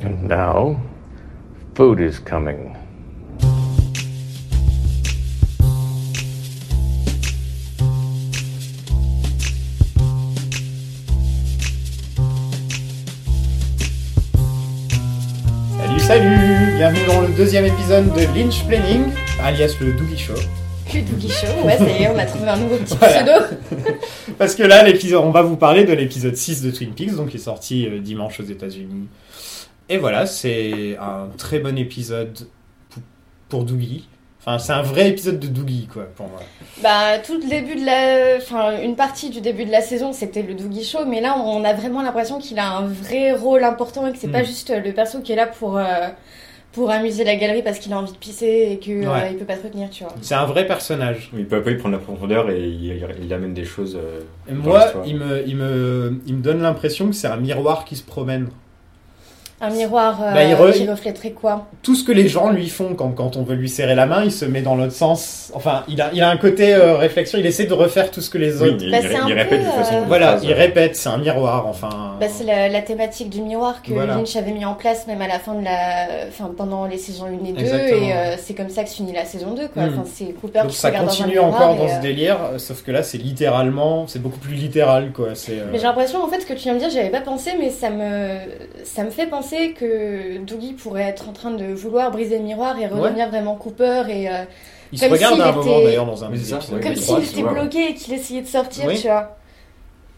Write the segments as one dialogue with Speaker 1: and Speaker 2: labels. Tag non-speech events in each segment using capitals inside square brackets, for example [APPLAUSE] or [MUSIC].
Speaker 1: And now, food is coming.
Speaker 2: Salut, salut Bienvenue dans le deuxième épisode de Lynch Planning, alias le Doogie Show.
Speaker 3: Le Doogie Show, ouais, ça y est, on a trouvé un nouveau petit
Speaker 2: Voilà.
Speaker 3: pseudo.
Speaker 2: Parce que là, l'épisode, on va vous parler de l'épisode 6 de Twin Peaks, donc qui est sorti euh, dimanche aux États-Unis. Et voilà, c'est un très bon épisode pou- pour Doogie. Enfin, c'est un vrai épisode de Doogie, quoi, pour moi.
Speaker 3: Bah, tout le début de la. Enfin, une partie du début de la saison, c'était le Doogie Show, mais là, on a vraiment l'impression qu'il a un vrai rôle important et que c'est
Speaker 2: Mm.
Speaker 3: pas juste euh, le perso qui est là pour. euh, Pour amuser la galerie parce qu'il a envie de pisser et qu'il
Speaker 2: Ouais.
Speaker 3: il peut pas se retenir, tu vois.
Speaker 2: C'est un vrai personnage.
Speaker 4: Oui, peu à peu, il prend de la profondeur et il, il- il amène des choses. euh,
Speaker 2: Et
Speaker 4: dans
Speaker 2: moi,
Speaker 4: l'histoire.
Speaker 2: il me, il, me, il me donne l'impression que c'est un miroir qui se promène.
Speaker 3: Un miroir euh,
Speaker 2: Bah, il re-
Speaker 3: qui reflèterait quoi
Speaker 2: tout ce que les gens lui font quand, quand on veut lui serrer la main, il se met dans l'autre sens. Enfin, il a, il a un côté euh, réflexion, il essaie de refaire tout ce que les
Speaker 4: Oui,
Speaker 2: autres.
Speaker 4: il,
Speaker 3: Bah,
Speaker 4: il-
Speaker 3: c'est un
Speaker 4: il
Speaker 3: peu,
Speaker 4: répète de toute façon.
Speaker 3: euh,
Speaker 4: une
Speaker 2: Voilà,
Speaker 4: phrase,
Speaker 2: il
Speaker 4: euh,
Speaker 2: répète, c'est un miroir, enfin.
Speaker 3: Bah, c'est la, la thématique du miroir que
Speaker 2: Voilà.
Speaker 3: Lynch avait mis en place même à la fin de la, enfin pendant les saisons 1 et 2
Speaker 2: Exactement.
Speaker 3: et euh, c'est comme ça que se finit la saison 2 quoi.
Speaker 2: Mm.
Speaker 3: Enfin, c'est Cooper
Speaker 2: Donc
Speaker 3: qui se
Speaker 2: ça
Speaker 3: regarde dans un
Speaker 2: continue
Speaker 3: miroir
Speaker 2: encore
Speaker 3: et,
Speaker 2: dans ce
Speaker 3: euh,
Speaker 2: délire, euh, sauf que là c'est littéralement, c'est beaucoup plus littéral quoi. C'est euh,
Speaker 3: Mais j'ai l'impression en fait ce que tu viens de dire, j'avais pas pensé, mais ça me ça me fait penser que Dougie pourrait être en train de vouloir briser le miroir et redevenir vraiment Cooper et euh,
Speaker 2: il se
Speaker 3: comme
Speaker 2: regarde
Speaker 3: s'il
Speaker 2: à un moment
Speaker 3: était-
Speaker 2: d'ailleurs dans un
Speaker 4: Mais c'est ça,
Speaker 2: épisode.
Speaker 4: ouais.
Speaker 3: comme
Speaker 4: les
Speaker 3: s'il
Speaker 4: trois,
Speaker 3: était
Speaker 4: tu vois.
Speaker 3: bloqué et qu'il essayait de sortir,
Speaker 2: Oui.
Speaker 3: tu vois.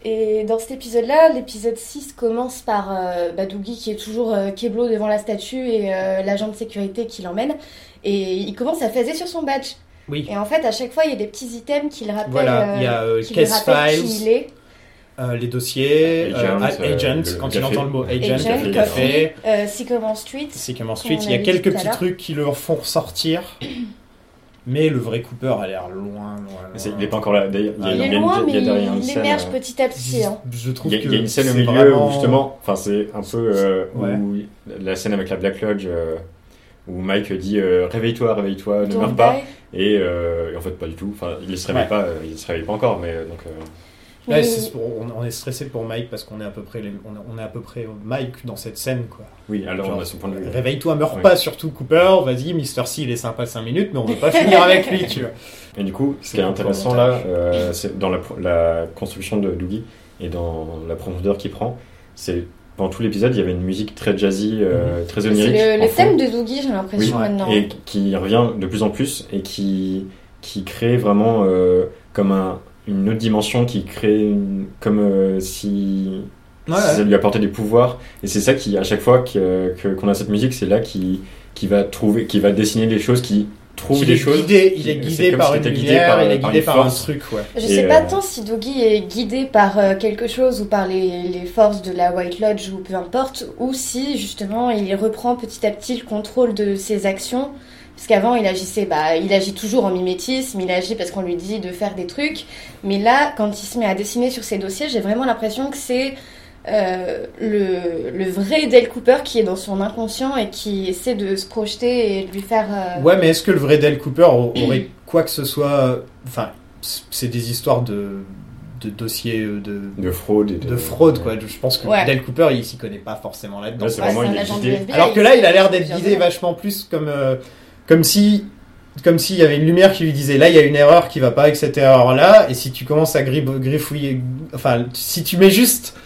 Speaker 3: Et dans cet épisode-là, l'épisode 6 commence par euh, bah, Dougie qui est toujours euh, keblo devant la statue et euh, l'agent de sécurité qui l'emmène. Et il commence à phaser sur son badge.
Speaker 2: Oui.
Speaker 3: Et en fait, à chaque fois, il y a des petits items qui le rappellent.
Speaker 2: Voilà, il y a
Speaker 3: euh,
Speaker 2: euh,
Speaker 3: qui lui
Speaker 2: case
Speaker 3: rappellent qui il
Speaker 2: files,
Speaker 3: est.
Speaker 2: euh, les dossiers,
Speaker 4: Agent,
Speaker 2: euh, agents,
Speaker 4: euh, le
Speaker 2: quand il
Speaker 4: café.
Speaker 2: entend le mot agent,
Speaker 3: Agent,
Speaker 2: café,
Speaker 4: café,
Speaker 2: café.
Speaker 3: Euh, Sycamore Street.
Speaker 2: C'est comme ensuite,
Speaker 3: On
Speaker 2: il y a
Speaker 3: l'a vu tout
Speaker 2: quelques
Speaker 3: à
Speaker 2: petits
Speaker 3: l'heure.
Speaker 2: trucs qui le font ressortir. Mais le vrai Cooper a l'air loin, loin, loin.
Speaker 4: mais c'est- il n'est pas encore là. D'ailleurs,
Speaker 2: Ah,
Speaker 3: il
Speaker 4: y a-
Speaker 3: est
Speaker 4: y a une-
Speaker 3: loin, mais
Speaker 4: y a derrière une
Speaker 3: il
Speaker 4: scène,
Speaker 3: émerge
Speaker 4: euh,
Speaker 3: petit à petit. hein.
Speaker 2: Je trouve
Speaker 4: Il y, a-
Speaker 2: que
Speaker 4: il y a une scène au
Speaker 2: c'est
Speaker 4: milieu
Speaker 2: vraiment-
Speaker 4: où justement, enfin c'est un peu euh,
Speaker 2: Ouais.
Speaker 4: où la scène avec la Black Lodge euh, où Mike dit euh, réveille-toi, réveille-toi, ne
Speaker 3: Don't
Speaker 4: meurs pas
Speaker 3: die.
Speaker 4: et, euh, et en fait pas du tout. Enfin, il se réveille
Speaker 2: Ouais.
Speaker 4: pas, euh, il se réveille pas encore, mais euh, donc euh,
Speaker 3: Mais
Speaker 2: Ouais,
Speaker 3: il-
Speaker 2: c'est- on, on est stressé pour Mike parce qu'on est à peu près, les- on, est- on est à peu près Mike dans cette scène quoi.
Speaker 4: oui. Alors
Speaker 2: Genre,
Speaker 4: on a son point de vue.
Speaker 2: Réveille-toi, meurs
Speaker 4: Oui.
Speaker 2: pas surtout Cooper. Vas-y, Mister C, il est sympa 5 minutes, mais on veut
Speaker 3: [LAUGHS]
Speaker 2: pas finir avec lui, tu vois.
Speaker 4: Et du coup, ce qui est
Speaker 2: C'est
Speaker 4: intéressant
Speaker 2: le
Speaker 4: là, euh, c'est dans la, pro- la construction de Doogie et dans la profondeur qu'il prend, c'est pendant tout l'épisode, il y avait une musique très jazzy, euh,
Speaker 2: Mhm.
Speaker 4: très
Speaker 3: c'est
Speaker 4: onirique.
Speaker 3: le,
Speaker 4: en
Speaker 3: le
Speaker 4: fond.
Speaker 3: thème de Dougie, j'ai
Speaker 4: Oui,
Speaker 3: l'impression maintenant.
Speaker 4: et qui revient de plus en plus et qui, qui crée vraiment euh, comme un- une autre dimension, qui crée une- comme euh, si,
Speaker 2: Ouais,
Speaker 4: si ça
Speaker 2: ouais.
Speaker 4: lui apportait des pouvoirs. Et c'est ça qui, à chaque fois que- que- qu'on a cette musique, c'est là qui, qui va trouver, qui va dessiner des choses, qui trouve
Speaker 2: Il
Speaker 4: des
Speaker 2: est
Speaker 4: choses.
Speaker 2: guidé, il est
Speaker 4: C'est
Speaker 2: guidé
Speaker 4: comme
Speaker 2: par
Speaker 4: si
Speaker 2: une
Speaker 4: t'étais guidé
Speaker 2: lumière,
Speaker 4: par-
Speaker 2: il est
Speaker 4: par
Speaker 2: guidé
Speaker 4: une
Speaker 2: par, un
Speaker 4: force.
Speaker 2: truc, ouais.
Speaker 3: Je
Speaker 4: Et,
Speaker 3: sais pas
Speaker 4: euh,
Speaker 3: tant si Doggy est guidé par euh, quelque chose ou par les, les forces de la White Lodge ou peu importe, ou si justement il reprend petit à petit le contrôle de ses actions. Parce qu'avant il agissait, bah, il agit toujours en mimétisme, il agit parce qu'on lui dit de faire des trucs. Mais là, quand il se met à dessiner sur ses dossiers, j'ai vraiment l'impression que c'est euh, le, le vrai Dale Cooper qui est dans son inconscient et qui essaie de se projeter et de lui faire. euh,
Speaker 2: Ouais, mais est-ce que le vrai Dale Cooper au-
Speaker 3: [CLEARS THROAT]
Speaker 2: aurait quoi que ce soit Enfin, c'est des histoires de, de dossiers euh, de,
Speaker 4: De fraude et de,
Speaker 2: de fraude, quoi. Je pense que
Speaker 3: Ouais.
Speaker 2: Dale Cooper, il s'y connaît pas forcément là-dedans.
Speaker 4: Ouais, c'est
Speaker 3: ouais,
Speaker 4: vraiment,
Speaker 3: c'est
Speaker 4: il
Speaker 3: un
Speaker 4: est
Speaker 3: agent du
Speaker 4: guidé.
Speaker 3: FBI,
Speaker 2: Alors que là, il a l'air d'être
Speaker 3: plusieurs
Speaker 2: guidé
Speaker 3: années.
Speaker 2: vachement plus comme, euh, comme si. Comme s'il y avait une lumière qui lui disait là il y a une erreur qui va pas avec cette erreur là et si tu commences à grib- griffouiller enfin si tu mets juste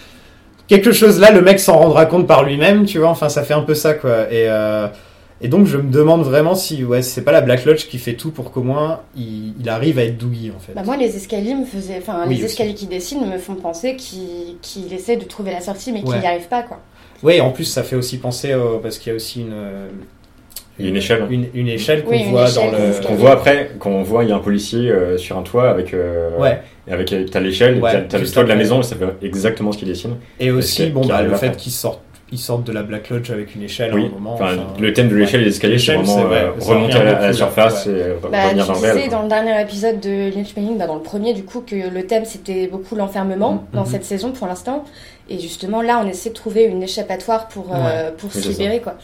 Speaker 2: quelque chose là le mec s'en rendra compte par lui-même tu vois enfin ça fait un peu ça quoi et euh, et donc je me demande vraiment si ouais c'est pas la Black Lodge qui fait tout pour qu'au moins il, il arrive à être douillé en fait
Speaker 3: Bah moi, les escaliers me faisaient, enfin,
Speaker 2: Oui,
Speaker 3: les
Speaker 2: aussi.
Speaker 3: escaliers qui dessinent me font penser qu'il qu'il essaie de trouver la sortie, mais qu'il
Speaker 2: Ouais.
Speaker 3: n'y arrive pas, quoi.
Speaker 2: Oui, en plus, ça fait aussi penser au- parce qu'il y a aussi une euh,
Speaker 4: Il y a une échelle.
Speaker 2: une, une échelle qu'on
Speaker 3: Oui, une
Speaker 2: voit
Speaker 3: échelle,
Speaker 2: dans
Speaker 3: c'est
Speaker 2: le.
Speaker 3: ce
Speaker 4: Qu'on voit après, quand on voit, il y a un policier euh, sur un toit avec. euh,
Speaker 2: Ouais.
Speaker 4: Et avec euh, t'as l'échelle,
Speaker 2: Ouais,
Speaker 4: t'as- t'as le
Speaker 2: juste
Speaker 4: toit de la
Speaker 2: après.
Speaker 4: maison, et ça fait exactement ce qu'il dessine.
Speaker 2: Et aussi,
Speaker 4: L'échelle
Speaker 2: bon,
Speaker 4: qui
Speaker 2: bah,
Speaker 4: arrive
Speaker 2: le
Speaker 4: après.
Speaker 2: fait qu'ils sortent, ils sortent de la Black Lodge avec une échelle à
Speaker 4: Oui.
Speaker 2: un moment.
Speaker 4: Enfin,
Speaker 2: enfin,
Speaker 4: le thème de l'échelle et de l'escalier, c'est
Speaker 2: L'échelle,
Speaker 4: vraiment
Speaker 2: c'est vrai,
Speaker 4: euh,
Speaker 2: ça
Speaker 4: remonter
Speaker 2: revient
Speaker 4: à la,
Speaker 2: beaucoup,
Speaker 4: à la
Speaker 2: là.
Speaker 4: surface et euh,
Speaker 3: Bah, tu
Speaker 4: revenir dans le réel.
Speaker 3: disais dans le dernier épisode de Lynch Manning, bah, dans le premier, du coup, que le thème c'était beaucoup l'enfermement
Speaker 2: Mhm.
Speaker 3: dans
Speaker 2: Mhm.
Speaker 3: cette saison pour l'instant. Et justement, là, on essaie de trouver une échappatoire pour, euh, pour
Speaker 4: Oui,
Speaker 3: se
Speaker 4: c'est ça.
Speaker 3: libérer, quoi.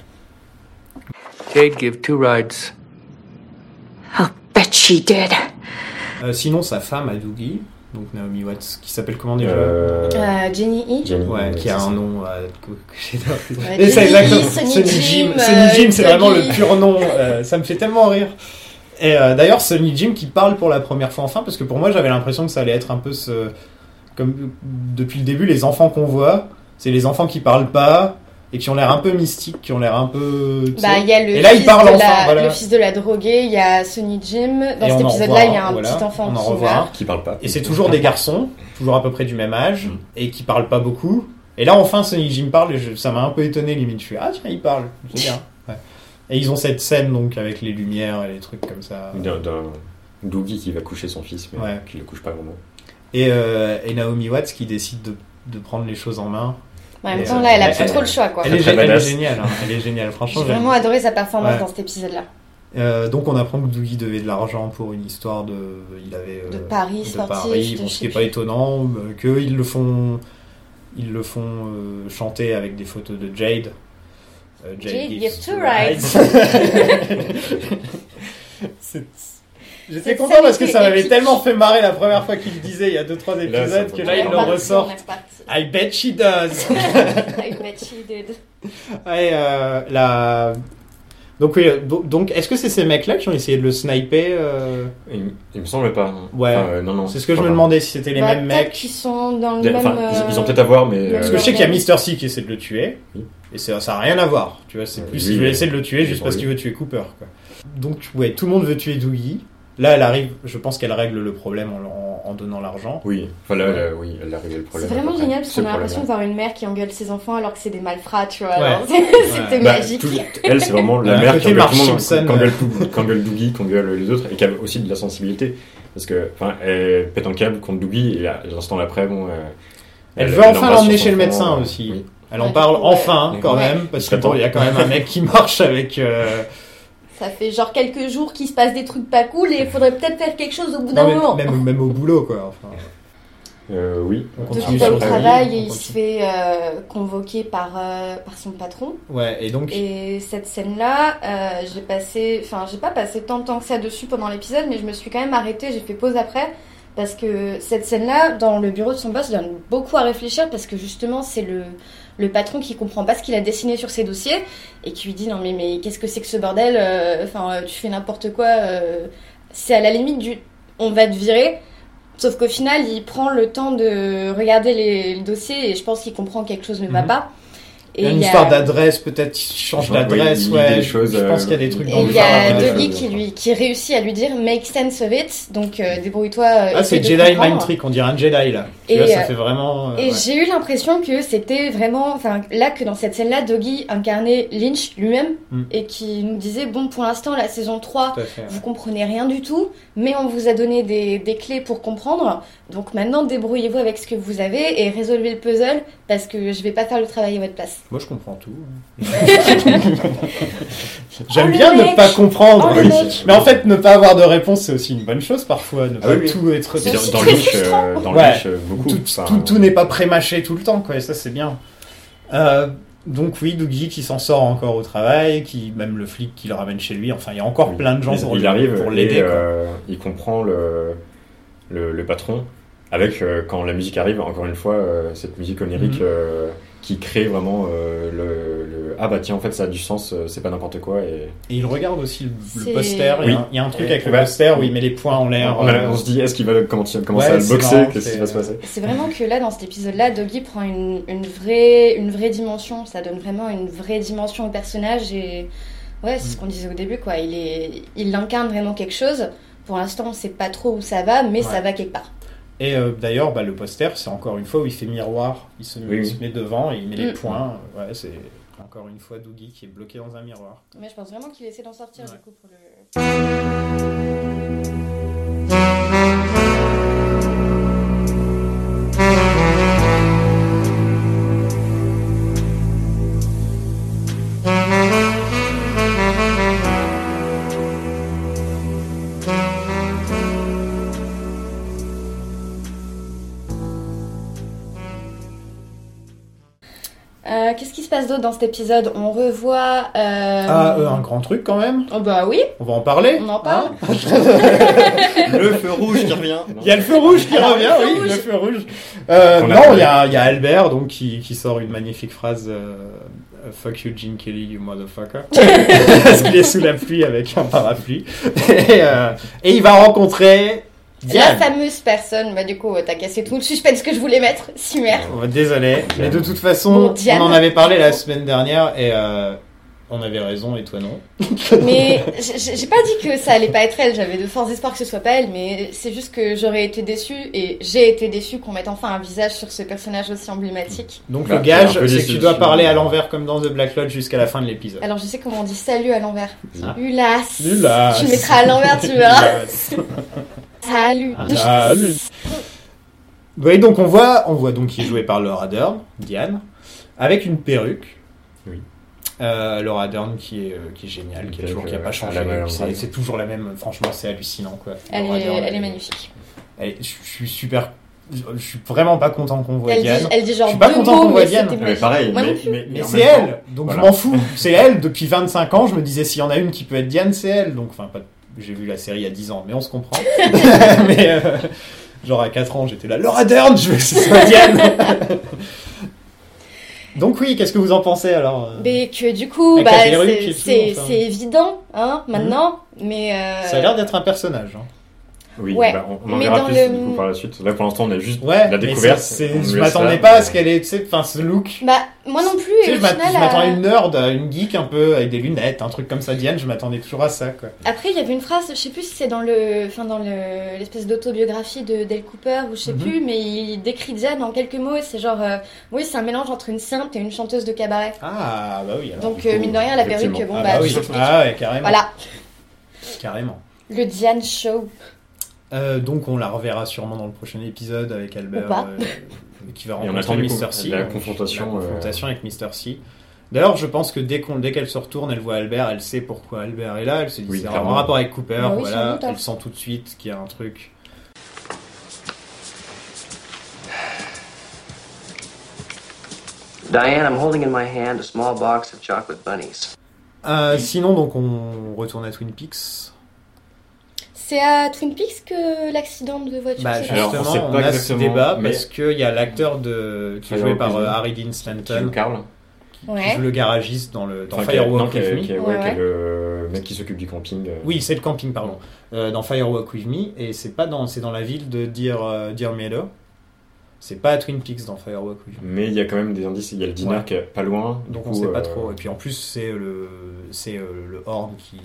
Speaker 5: Jade gave two rides.
Speaker 6: I'll bet she did.
Speaker 2: euh, sinon, sa femme, Adougi, donc Naomi Watts, qui s'appelle comment déjà
Speaker 4: Euh,
Speaker 3: Euh, Jenny E.
Speaker 4: Jenny,
Speaker 2: Ouais, qui a
Speaker 4: c'est
Speaker 2: un
Speaker 4: ça.
Speaker 2: nom euh, que que j'adore.
Speaker 3: Ouais,
Speaker 2: Et c'est
Speaker 3: Jenny E,
Speaker 2: exactement
Speaker 3: Sonny Jim,
Speaker 2: Sonny
Speaker 3: euh,
Speaker 2: Jim, c'est vraiment le
Speaker 3: Dougie.
Speaker 2: pur nom. euh, ça me fait tellement rire. Et euh, d'ailleurs, Sonny Jim qui parle pour la première fois enfin, parce que pour moi, j'avais l'impression que ça allait être un peu ce. Comme depuis le début, les enfants qu'on voit, c'est les enfants qui parlent pas et qui ont l'air un peu mystiques, qui ont l'air un peu. tu sais.
Speaker 3: Bah, il y a le,
Speaker 2: Et là, il
Speaker 3: fils
Speaker 2: parle
Speaker 3: de la,
Speaker 2: enfin, voilà.
Speaker 3: le fils de la droguée, il y a Sonny Jim. Dans
Speaker 2: Et on
Speaker 3: cet
Speaker 2: en
Speaker 3: épisode-là, il y
Speaker 2: revoit
Speaker 3: a un
Speaker 2: un, voilà.
Speaker 3: petit enfant
Speaker 2: On en
Speaker 3: qui
Speaker 2: revoit
Speaker 3: meurt.
Speaker 4: Qui parle pas.
Speaker 2: Et c'est toujours des garçons, toujours à peu près du même âge,
Speaker 4: Mm.
Speaker 2: et qui parlent pas beaucoup. Et là, enfin, Sonic Jim parle, et je- ça m'a un peu étonné, limite. Je suis, ah tiens, il parle, c'est bien. Ouais. Et ils ont cette scène, donc, avec les lumières et les trucs comme ça.
Speaker 4: D'un- D'un Doogie qui va coucher son fils, mais
Speaker 2: Ouais.
Speaker 4: qui le couche pas vraiment.
Speaker 2: Et, euh, et Naomi Watts qui décide de, de prendre les choses en main.
Speaker 3: Mais Bah, En même
Speaker 2: Et,
Speaker 3: temps,
Speaker 2: euh,
Speaker 3: là, elle a
Speaker 4: elle-
Speaker 3: fait trop le choix, quoi.
Speaker 2: Elle est,
Speaker 4: très
Speaker 2: gé- elle est
Speaker 4: badass.
Speaker 2: géniale, hein. elle est géniale, franchement.
Speaker 3: J'ai
Speaker 2: j'aime.
Speaker 3: vraiment adoré sa performance
Speaker 2: Ouais.
Speaker 3: dans cet épisode-là.
Speaker 2: Euh, donc, on apprend que Dougie devait de l'argent pour une histoire de. Il avait. euh,
Speaker 3: De Paris,
Speaker 2: de
Speaker 3: sportif.
Speaker 2: Paris,
Speaker 3: de
Speaker 2: bon,
Speaker 3: je
Speaker 2: ce
Speaker 3: sais
Speaker 2: qui est pas
Speaker 3: plus.
Speaker 2: étonnant, euh, que ils le font, ils le font euh, chanter avec des photos de Jade. Euh,
Speaker 3: Jade gives two
Speaker 2: [LAUGHS] C'est- J'étais
Speaker 3: Cette
Speaker 2: content parce que
Speaker 3: scène
Speaker 2: ça
Speaker 3: était
Speaker 2: m'avait
Speaker 3: épique.
Speaker 2: tellement fait marrer la première fois qu'il le disait il y a 2-3
Speaker 4: Là, ça
Speaker 2: épisodes que
Speaker 4: peut
Speaker 2: là
Speaker 4: pas.
Speaker 2: il le
Speaker 4: On est
Speaker 3: Bah,
Speaker 2: ressort.
Speaker 3: On est [LAUGHS] reparti.
Speaker 2: I bet she does. [LAUGHS]
Speaker 3: I bet she did.
Speaker 2: Ouais, euh, la... Donc oui, euh, do- donc est-ce que c'est ces mecs-là qui ont essayé de le sniper euh,
Speaker 4: Il, il me semble pas. hein.
Speaker 2: Ouais.
Speaker 4: Enfin, euh, non, non.
Speaker 2: C'est ce que je
Speaker 4: Enfin,
Speaker 2: me demandais si c'était les
Speaker 3: Bah,
Speaker 2: mêmes
Speaker 3: peut-être
Speaker 2: mecs.
Speaker 3: qu'ils sont dans le
Speaker 4: il y a-
Speaker 3: même.
Speaker 4: enfin,
Speaker 3: euh,
Speaker 4: ils, ils ont peut-être à voir,
Speaker 3: le
Speaker 4: mais. euh,
Speaker 2: Parce que je sais qu'il y a
Speaker 3: Ouais.
Speaker 2: Mister C qui essaie de le tuer,
Speaker 4: Oui.
Speaker 2: et c'est- ça n'a rien à voir. Tu vois, c'est
Speaker 4: Ouais,
Speaker 2: plus
Speaker 4: lui,
Speaker 2: il veut
Speaker 4: il-
Speaker 2: essayer de le tuer
Speaker 4: il
Speaker 2: juste
Speaker 4: est
Speaker 2: parce
Speaker 4: pour
Speaker 2: qu'il veut tuer Cooper. Quoi. Donc, ouais, tout le monde veut tuer Dougie. Là, elle arrive, je pense qu'elle règle le problème en, en- en donnant l'argent.
Speaker 4: Oui, enfin là, là, oui, elle a réglé le
Speaker 3: C'est
Speaker 4: problème.
Speaker 3: vraiment
Speaker 4: après.
Speaker 3: génial parce
Speaker 4: Ce
Speaker 3: qu'on a l'impression de
Speaker 4: problème-là.
Speaker 3: voir une mère qui engueule ses enfants alors que c'est des malfrats, tu vois.
Speaker 2: Ouais.
Speaker 3: Alors, [LAUGHS] c'est- C'était
Speaker 2: Ouais.
Speaker 4: Bah,
Speaker 3: magique.
Speaker 4: tout- elle, c'est vraiment
Speaker 2: Un [LAUGHS]
Speaker 4: la mère
Speaker 2: côté
Speaker 4: qui engueule
Speaker 2: Marge
Speaker 4: tout le monde,
Speaker 2: Simpson.
Speaker 4: qu'engueule tout- qu'engueule Doogie, qu'engueule les autres, et qui a aussi de la sensibilité. Parce que, enfin, elle pète un câble contre Doogie, et là, l'instant d'après, bon. euh,
Speaker 2: Elle veut enfin
Speaker 4: embrasse
Speaker 2: l'emmener
Speaker 4: son
Speaker 2: chez le
Speaker 4: enfant,
Speaker 2: médecin
Speaker 4: euh,
Speaker 2: aussi.
Speaker 4: oui.
Speaker 2: Elle en
Speaker 3: Ouais.
Speaker 2: parle enfin, hein,
Speaker 4: Ouais.
Speaker 2: quand
Speaker 3: Ouais.
Speaker 2: même, parce que
Speaker 4: Attends.
Speaker 2: bon, il y a quand même un mec qui marche avec. euh,
Speaker 3: Ça fait genre quelques jours qu'il se passe des trucs pas cool et il faudrait peut-être faire quelque chose au bout d'un
Speaker 2: non, mais-
Speaker 3: moment.
Speaker 2: même, même au boulot, quoi. enfin.
Speaker 4: Euh, oui.
Speaker 2: On
Speaker 3: Donc
Speaker 2: continue
Speaker 3: il va
Speaker 2: sur
Speaker 3: au
Speaker 2: le
Speaker 3: travail et
Speaker 2: on
Speaker 3: il se fait euh, convoquer par, euh, par son patron.
Speaker 2: Ouais, et donc.
Speaker 3: Et cette scène-là, euh, j'ai passé, enfin j'ai pas passé tant de temps que ça dessus pendant l'épisode, mais je me suis quand même arrêtée, j'ai fait pause après. Parce que cette scène-là, dans le bureau de son boss, donne beaucoup à réfléchir parce que justement, c'est le, le patron qui comprend pas ce qu'il a dessiné sur ses dossiers et qui lui dit Non, mais, mais qu'est-ce que c'est que ce bordel Euh, Enfin, euh, tu fais n'importe quoi. euh, c'est à la limite du on va te virer. Sauf qu'au final, il prend le temps de regarder les, le dossier et je pense qu'il comprend que quelque chose ne va
Speaker 2: Mhm.
Speaker 3: pas.
Speaker 2: il y a une
Speaker 3: il y a-
Speaker 2: histoire d'adresse, peut-être il change
Speaker 4: Ouais,
Speaker 2: d'adresse,
Speaker 4: il lit
Speaker 2: ouais.
Speaker 4: des
Speaker 2: Je
Speaker 4: choses,
Speaker 2: je pense
Speaker 4: euh,
Speaker 2: qu'il y a des trucs
Speaker 4: Et
Speaker 2: dans
Speaker 3: Et
Speaker 2: le
Speaker 3: il y
Speaker 2: genre,
Speaker 3: a
Speaker 2: euh,
Speaker 3: Doggy qui, lui, qui réussit à lui dire Make sense of it, donc euh, débrouille-toi. euh,
Speaker 2: Ah,
Speaker 3: essaye
Speaker 2: c'est
Speaker 3: de
Speaker 2: Jedi
Speaker 3: comprendre.
Speaker 2: Mind Trick, on dirait un Jedi là. Tu
Speaker 3: Et,
Speaker 2: vois, ça
Speaker 3: euh,
Speaker 2: fait vraiment. euh,
Speaker 3: Et
Speaker 2: ouais.
Speaker 3: j'ai eu l'impression que c'était vraiment. Enfin, là, que dans cette scène-là, Doggy incarnait Lynch lui-même
Speaker 2: Mm.
Speaker 3: et qui nous disait Bon, pour l'instant, la saison 3,
Speaker 2: Tout à fait, ouais.
Speaker 3: vous comprenez rien du tout, mais on vous a donné des, des clés pour comprendre. Donc maintenant, débrouillez-vous avec ce que vous avez et résolvez le puzzle parce que je vais pas faire le travail à votre place.
Speaker 2: Moi, je comprends tout.
Speaker 4: hein.
Speaker 3: [LAUGHS] Oh,
Speaker 2: J'aime
Speaker 3: le
Speaker 2: bien ne
Speaker 3: mec
Speaker 2: pas comprendre.
Speaker 3: Oh, le
Speaker 2: Oui.
Speaker 3: mec
Speaker 2: Mais en fait, ne pas avoir de réponse, c'est aussi une bonne chose parfois. Ne
Speaker 4: Ah
Speaker 2: pas
Speaker 4: oui, oui.
Speaker 2: tout être.
Speaker 4: Mais
Speaker 3: C'est
Speaker 4: dans,
Speaker 3: aussi
Speaker 4: dans
Speaker 3: très
Speaker 4: Lynch, euh,
Speaker 3: frustrant.
Speaker 4: dans
Speaker 2: Ouais.
Speaker 4: Lynch, euh, [LAUGHS] beaucoup.
Speaker 2: Tout,
Speaker 4: enfin,
Speaker 2: tout- tout n'est pas prémâché tout le temps, quoi. Et ça, c'est bien. Euh, donc oui, Dougie qui s'en sort encore au travail, qui même le flic qui le ramène chez lui. Enfin, il y a encore
Speaker 4: Oui.
Speaker 2: plein de gens
Speaker 4: il,
Speaker 2: pour,
Speaker 4: il
Speaker 2: lui-
Speaker 4: arrive
Speaker 2: pour
Speaker 4: et,
Speaker 2: l'aider. quoi.
Speaker 4: euh, il comprend le, le, le patron avec euh, quand la musique arrive encore une fois euh, cette musique onirique
Speaker 2: Mhm.
Speaker 4: euh, qui crée vraiment euh, le, le- ah bah tiens en fait ça a du sens euh, c'est pas n'importe quoi et
Speaker 2: Et il regarde aussi le, le
Speaker 3: C'est-
Speaker 2: poster. Il y a un- il y a un truc
Speaker 4: Et-
Speaker 2: avec le
Speaker 4: ouais.
Speaker 2: poster où il met les points en l'air.
Speaker 4: on, a-
Speaker 2: euh,
Speaker 4: on se dit est-ce qu'il va commencer, commencer
Speaker 2: Ouais,
Speaker 4: à le
Speaker 2: c'est
Speaker 4: boxer
Speaker 2: marrant,
Speaker 4: qu'est-ce qui
Speaker 2: c'est-
Speaker 4: va se passer
Speaker 3: C'est vraiment que là, dans cet épisode-là, Doggy prend une, une vraie, une vraie dimension. Ça donne vraiment une vraie dimension au personnage. Et ouais,
Speaker 2: Mm.
Speaker 3: c'est ce qu'on disait au début, quoi. Il, est, il incarne vraiment quelque chose. Pour l'instant, on sait pas trop où ça va, mais
Speaker 2: Ouais.
Speaker 3: ça va quelque part.
Speaker 2: Et euh, d'ailleurs, bah, le poster, c'est encore une fois où il fait miroir. Il se,
Speaker 4: Oui,
Speaker 2: il
Speaker 4: oui.
Speaker 2: se met devant et il met les
Speaker 3: Mm.
Speaker 2: points. Ouais, c'est encore une fois Dougie qui est bloqué dans un miroir.
Speaker 3: Mais je pense vraiment qu'il essaie d'en sortir,
Speaker 2: Ouais.
Speaker 3: du coup, pour le. Euh, Qu'est-ce qui se passe d'autre dans cet épisode On revoit. euh,
Speaker 2: Ah, euh, un grand truc quand même.
Speaker 3: oh, bah oui,
Speaker 2: On va en parler.
Speaker 3: on en parle.
Speaker 2: hein
Speaker 6: Le feu rouge qui revient.
Speaker 2: il y a le feu rouge qui
Speaker 3: Alors,
Speaker 2: revient,
Speaker 3: le feu
Speaker 2: oui, le
Speaker 3: rouge.
Speaker 2: feu rouge. Euh,
Speaker 4: Qu'on a
Speaker 2: non,
Speaker 4: appelé.
Speaker 2: il y a, il y a Albert donc qui, qui sort une magnifique phrase. euh, Fuck you, Jim Kelly, you motherfucker.
Speaker 3: [LAUGHS]
Speaker 2: Parce qu'il est sous la pluie avec un parapluie. Et, euh, et il va rencontrer
Speaker 3: La
Speaker 2: Diane.
Speaker 3: fameuse personne, bah du coup, t'as cassé tout le suspense que je voulais mettre, Simère.
Speaker 2: Oh, Désolé, mais de toute
Speaker 3: Bon,
Speaker 2: façon,
Speaker 3: Diane.
Speaker 2: on en avait parlé la semaine dernière et euh, on avait raison et toi non.
Speaker 3: Mais j- j- j'ai pas dit que ça allait pas être elle, j'avais de forts espoirs que ce soit pas elle, mais c'est juste que j'aurais été déçue et j'ai été déçue qu'on mette enfin un visage sur ce personnage aussi emblématique.
Speaker 2: Donc
Speaker 4: Bah,
Speaker 2: le gage,
Speaker 4: c'est un peu
Speaker 2: c'est que
Speaker 4: déception.
Speaker 2: tu dois parler à l'envers comme dans The Black Lodge jusqu'à la fin de l'épisode.
Speaker 3: Alors je sais comment on dit salut à l'envers.
Speaker 6: Ah.
Speaker 3: Ulas.
Speaker 2: Ulas.
Speaker 3: Tu le mettras à l'envers,
Speaker 2: [LAUGHS]
Speaker 3: tu verras. Salut.
Speaker 6: Ah.
Speaker 4: Ah,
Speaker 2: Salut. Oui, donc on voit, on voit donc qui est joué par Laura Dern, Diane, avec une perruque.
Speaker 4: Oui.
Speaker 2: Euh, Laura Dern qui est, euh, qui est géniale, qui, est
Speaker 4: Avec,
Speaker 2: toujours, qui a
Speaker 4: euh,
Speaker 2: pas changé.
Speaker 4: la valeur,
Speaker 2: C'est-
Speaker 4: oui.
Speaker 2: C'est toujours la même, franchement, c'est hallucinant quoi.
Speaker 3: Elle
Speaker 2: Laura
Speaker 3: est,
Speaker 2: Dern,
Speaker 3: elle est magnifique.
Speaker 2: elle est- je je suis super. Je suis vraiment pas content qu'on voit
Speaker 3: Elle dit,
Speaker 2: Diane.
Speaker 3: elle dit
Speaker 2: Je
Speaker 3: genre
Speaker 2: suis pas
Speaker 3: deux
Speaker 2: content
Speaker 3: mots,
Speaker 2: qu'on voit
Speaker 3: mais
Speaker 2: Diane.
Speaker 3: c'était
Speaker 2: Ouais,
Speaker 6: Mais
Speaker 3: magique.
Speaker 6: pareil,
Speaker 3: Moi
Speaker 6: mais,
Speaker 3: non plus.
Speaker 6: mais- mais
Speaker 2: Mais
Speaker 6: en
Speaker 2: c'est
Speaker 6: même temps-
Speaker 2: elle, donc
Speaker 6: voilà.
Speaker 2: je m'en fous. C'est elle, depuis 25 ans, je me disais s'il y en a une qui peut être Diane, c'est elle. Donc, enfin, pas... j'ai vu la série il y a 10 ans, mais on se
Speaker 3: [LAUGHS]
Speaker 2: comprend. mais euh, genre à 4 ans, j'étais là, Laura Dern, je veux que ce soit Diane. donc, oui, qu'est-ce que vous en pensez alors euh,
Speaker 3: Mais que du coup,
Speaker 2: Avec
Speaker 3: bah,
Speaker 2: la perruque et
Speaker 3: c'est
Speaker 2: tout,
Speaker 3: c'est-
Speaker 2: enfin. Mhm.
Speaker 3: c'est évident, hein, maintenant, mais... euh,
Speaker 2: Ça a l'air d'être un personnage. hein.
Speaker 4: Oui,
Speaker 3: Ouais.
Speaker 4: bah, on, on en
Speaker 3: Mais
Speaker 4: verra
Speaker 3: dans
Speaker 4: plus
Speaker 3: le-
Speaker 4: du coup, par la suite. Là, pour l'instant, on a juste
Speaker 2: Ouais,
Speaker 4: la
Speaker 2: mais
Speaker 4: découverte.
Speaker 2: c'est- c'est-
Speaker 4: On
Speaker 2: je
Speaker 4: laisse
Speaker 2: m'attendais
Speaker 4: ça.
Speaker 2: pas à ce qu'elle ait, tu sais, enfin, ce look.
Speaker 3: Bah, moi non plus,
Speaker 2: Tu
Speaker 3: et
Speaker 2: sais,
Speaker 3: au
Speaker 2: je m'att-
Speaker 3: final,
Speaker 2: je m'attendais à
Speaker 3: euh,
Speaker 2: une nerd, à une geek un peu, avec des lunettes, un truc comme ça, Diane, je m'attendais toujours à ça, quoi.
Speaker 3: Après, il y avait une phrase, je sais plus si c'est dans le, enfin dans le, l'espèce d'autobiographie de Dale Cooper ou je sais
Speaker 2: Mhm.
Speaker 3: plus, mais il décrit Diane en quelques mots. et C'est genre, euh, oui, c'est un mélange entre une sainte et une chanteuse de cabaret.
Speaker 2: Ah, bah oui, alors.
Speaker 3: Donc
Speaker 4: du
Speaker 3: euh,
Speaker 4: coup,
Speaker 3: mine de rien, la
Speaker 4: effectivement.
Speaker 3: perruque, bon
Speaker 2: ah,
Speaker 3: bah,
Speaker 2: bah oui.
Speaker 3: je t'explique.
Speaker 2: Ah, ouais, carrément.
Speaker 3: voilà,
Speaker 2: Carrément.
Speaker 3: le Diane Show.
Speaker 2: Euh, donc on la reverra sûrement dans le prochain épisode avec Albert
Speaker 3: Ou pas.
Speaker 2: euh, qui va
Speaker 4: Et on attend
Speaker 2: rencontrer
Speaker 4: du coup
Speaker 2: Mister C.
Speaker 4: la
Speaker 2: Donc,
Speaker 4: confrontation, euh,
Speaker 2: la confrontation avec Mister C. D'ailleurs, je pense que dès qu'on dès qu'elle se retourne, elle voit Albert, elle sait pourquoi Albert est là, elle se dit
Speaker 4: Oui,
Speaker 2: c'est en
Speaker 4: clairement.
Speaker 2: rapport avec Cooper,
Speaker 3: Bah oui, sans
Speaker 2: voilà,
Speaker 3: doute, hein.
Speaker 2: elle sent tout de suite qu'il y a un truc.
Speaker 7: Diane, I'm holding in my hand a small box of chocolate bunnies.
Speaker 2: Euh, sinon donc on retourne à Twin Peaks.
Speaker 3: C'est à Twin Peaks que l'accident de voiture
Speaker 2: Bah
Speaker 3: s'est
Speaker 4: Alors,
Speaker 2: justement,
Speaker 4: on sait
Speaker 2: on,
Speaker 4: pas
Speaker 2: a ce
Speaker 4: exactement,
Speaker 2: débat
Speaker 4: mais-
Speaker 2: parce qu'il y a l'acteur de qui est
Speaker 4: Firewalk
Speaker 2: joué par
Speaker 4: with
Speaker 2: euh,
Speaker 4: Me.
Speaker 2: Harry Dean
Speaker 4: Qui joue
Speaker 2: Stanton,
Speaker 4: Carl.
Speaker 3: passé.
Speaker 2: qui
Speaker 3: Ouais.
Speaker 2: joue le garagiste dans le dans
Speaker 4: Enfin, qui est- non,
Speaker 2: Firewalk
Speaker 4: qui est-
Speaker 2: with Me.
Speaker 4: qui est-
Speaker 3: Ouais,
Speaker 4: ouais, qui
Speaker 3: ouais.
Speaker 4: est le mec qui s'occupe du camping. euh,
Speaker 2: Oui, c'est le camping, pardon. Euh, dans Firewalk With Me, et c'est pas dans, c'est dans la ville de Dear, euh, Dear Meadow. C'est pas à Twin Peaks dans Firewalk With Me.
Speaker 4: Mais il y a quand même des indices. Il y a le dîner
Speaker 2: Ouais.
Speaker 4: qui est pas loin. du
Speaker 2: Donc on
Speaker 4: coup,
Speaker 2: sait pas
Speaker 4: euh,
Speaker 2: trop. Et puis en plus, c'est le, c'est euh, le Horn qui.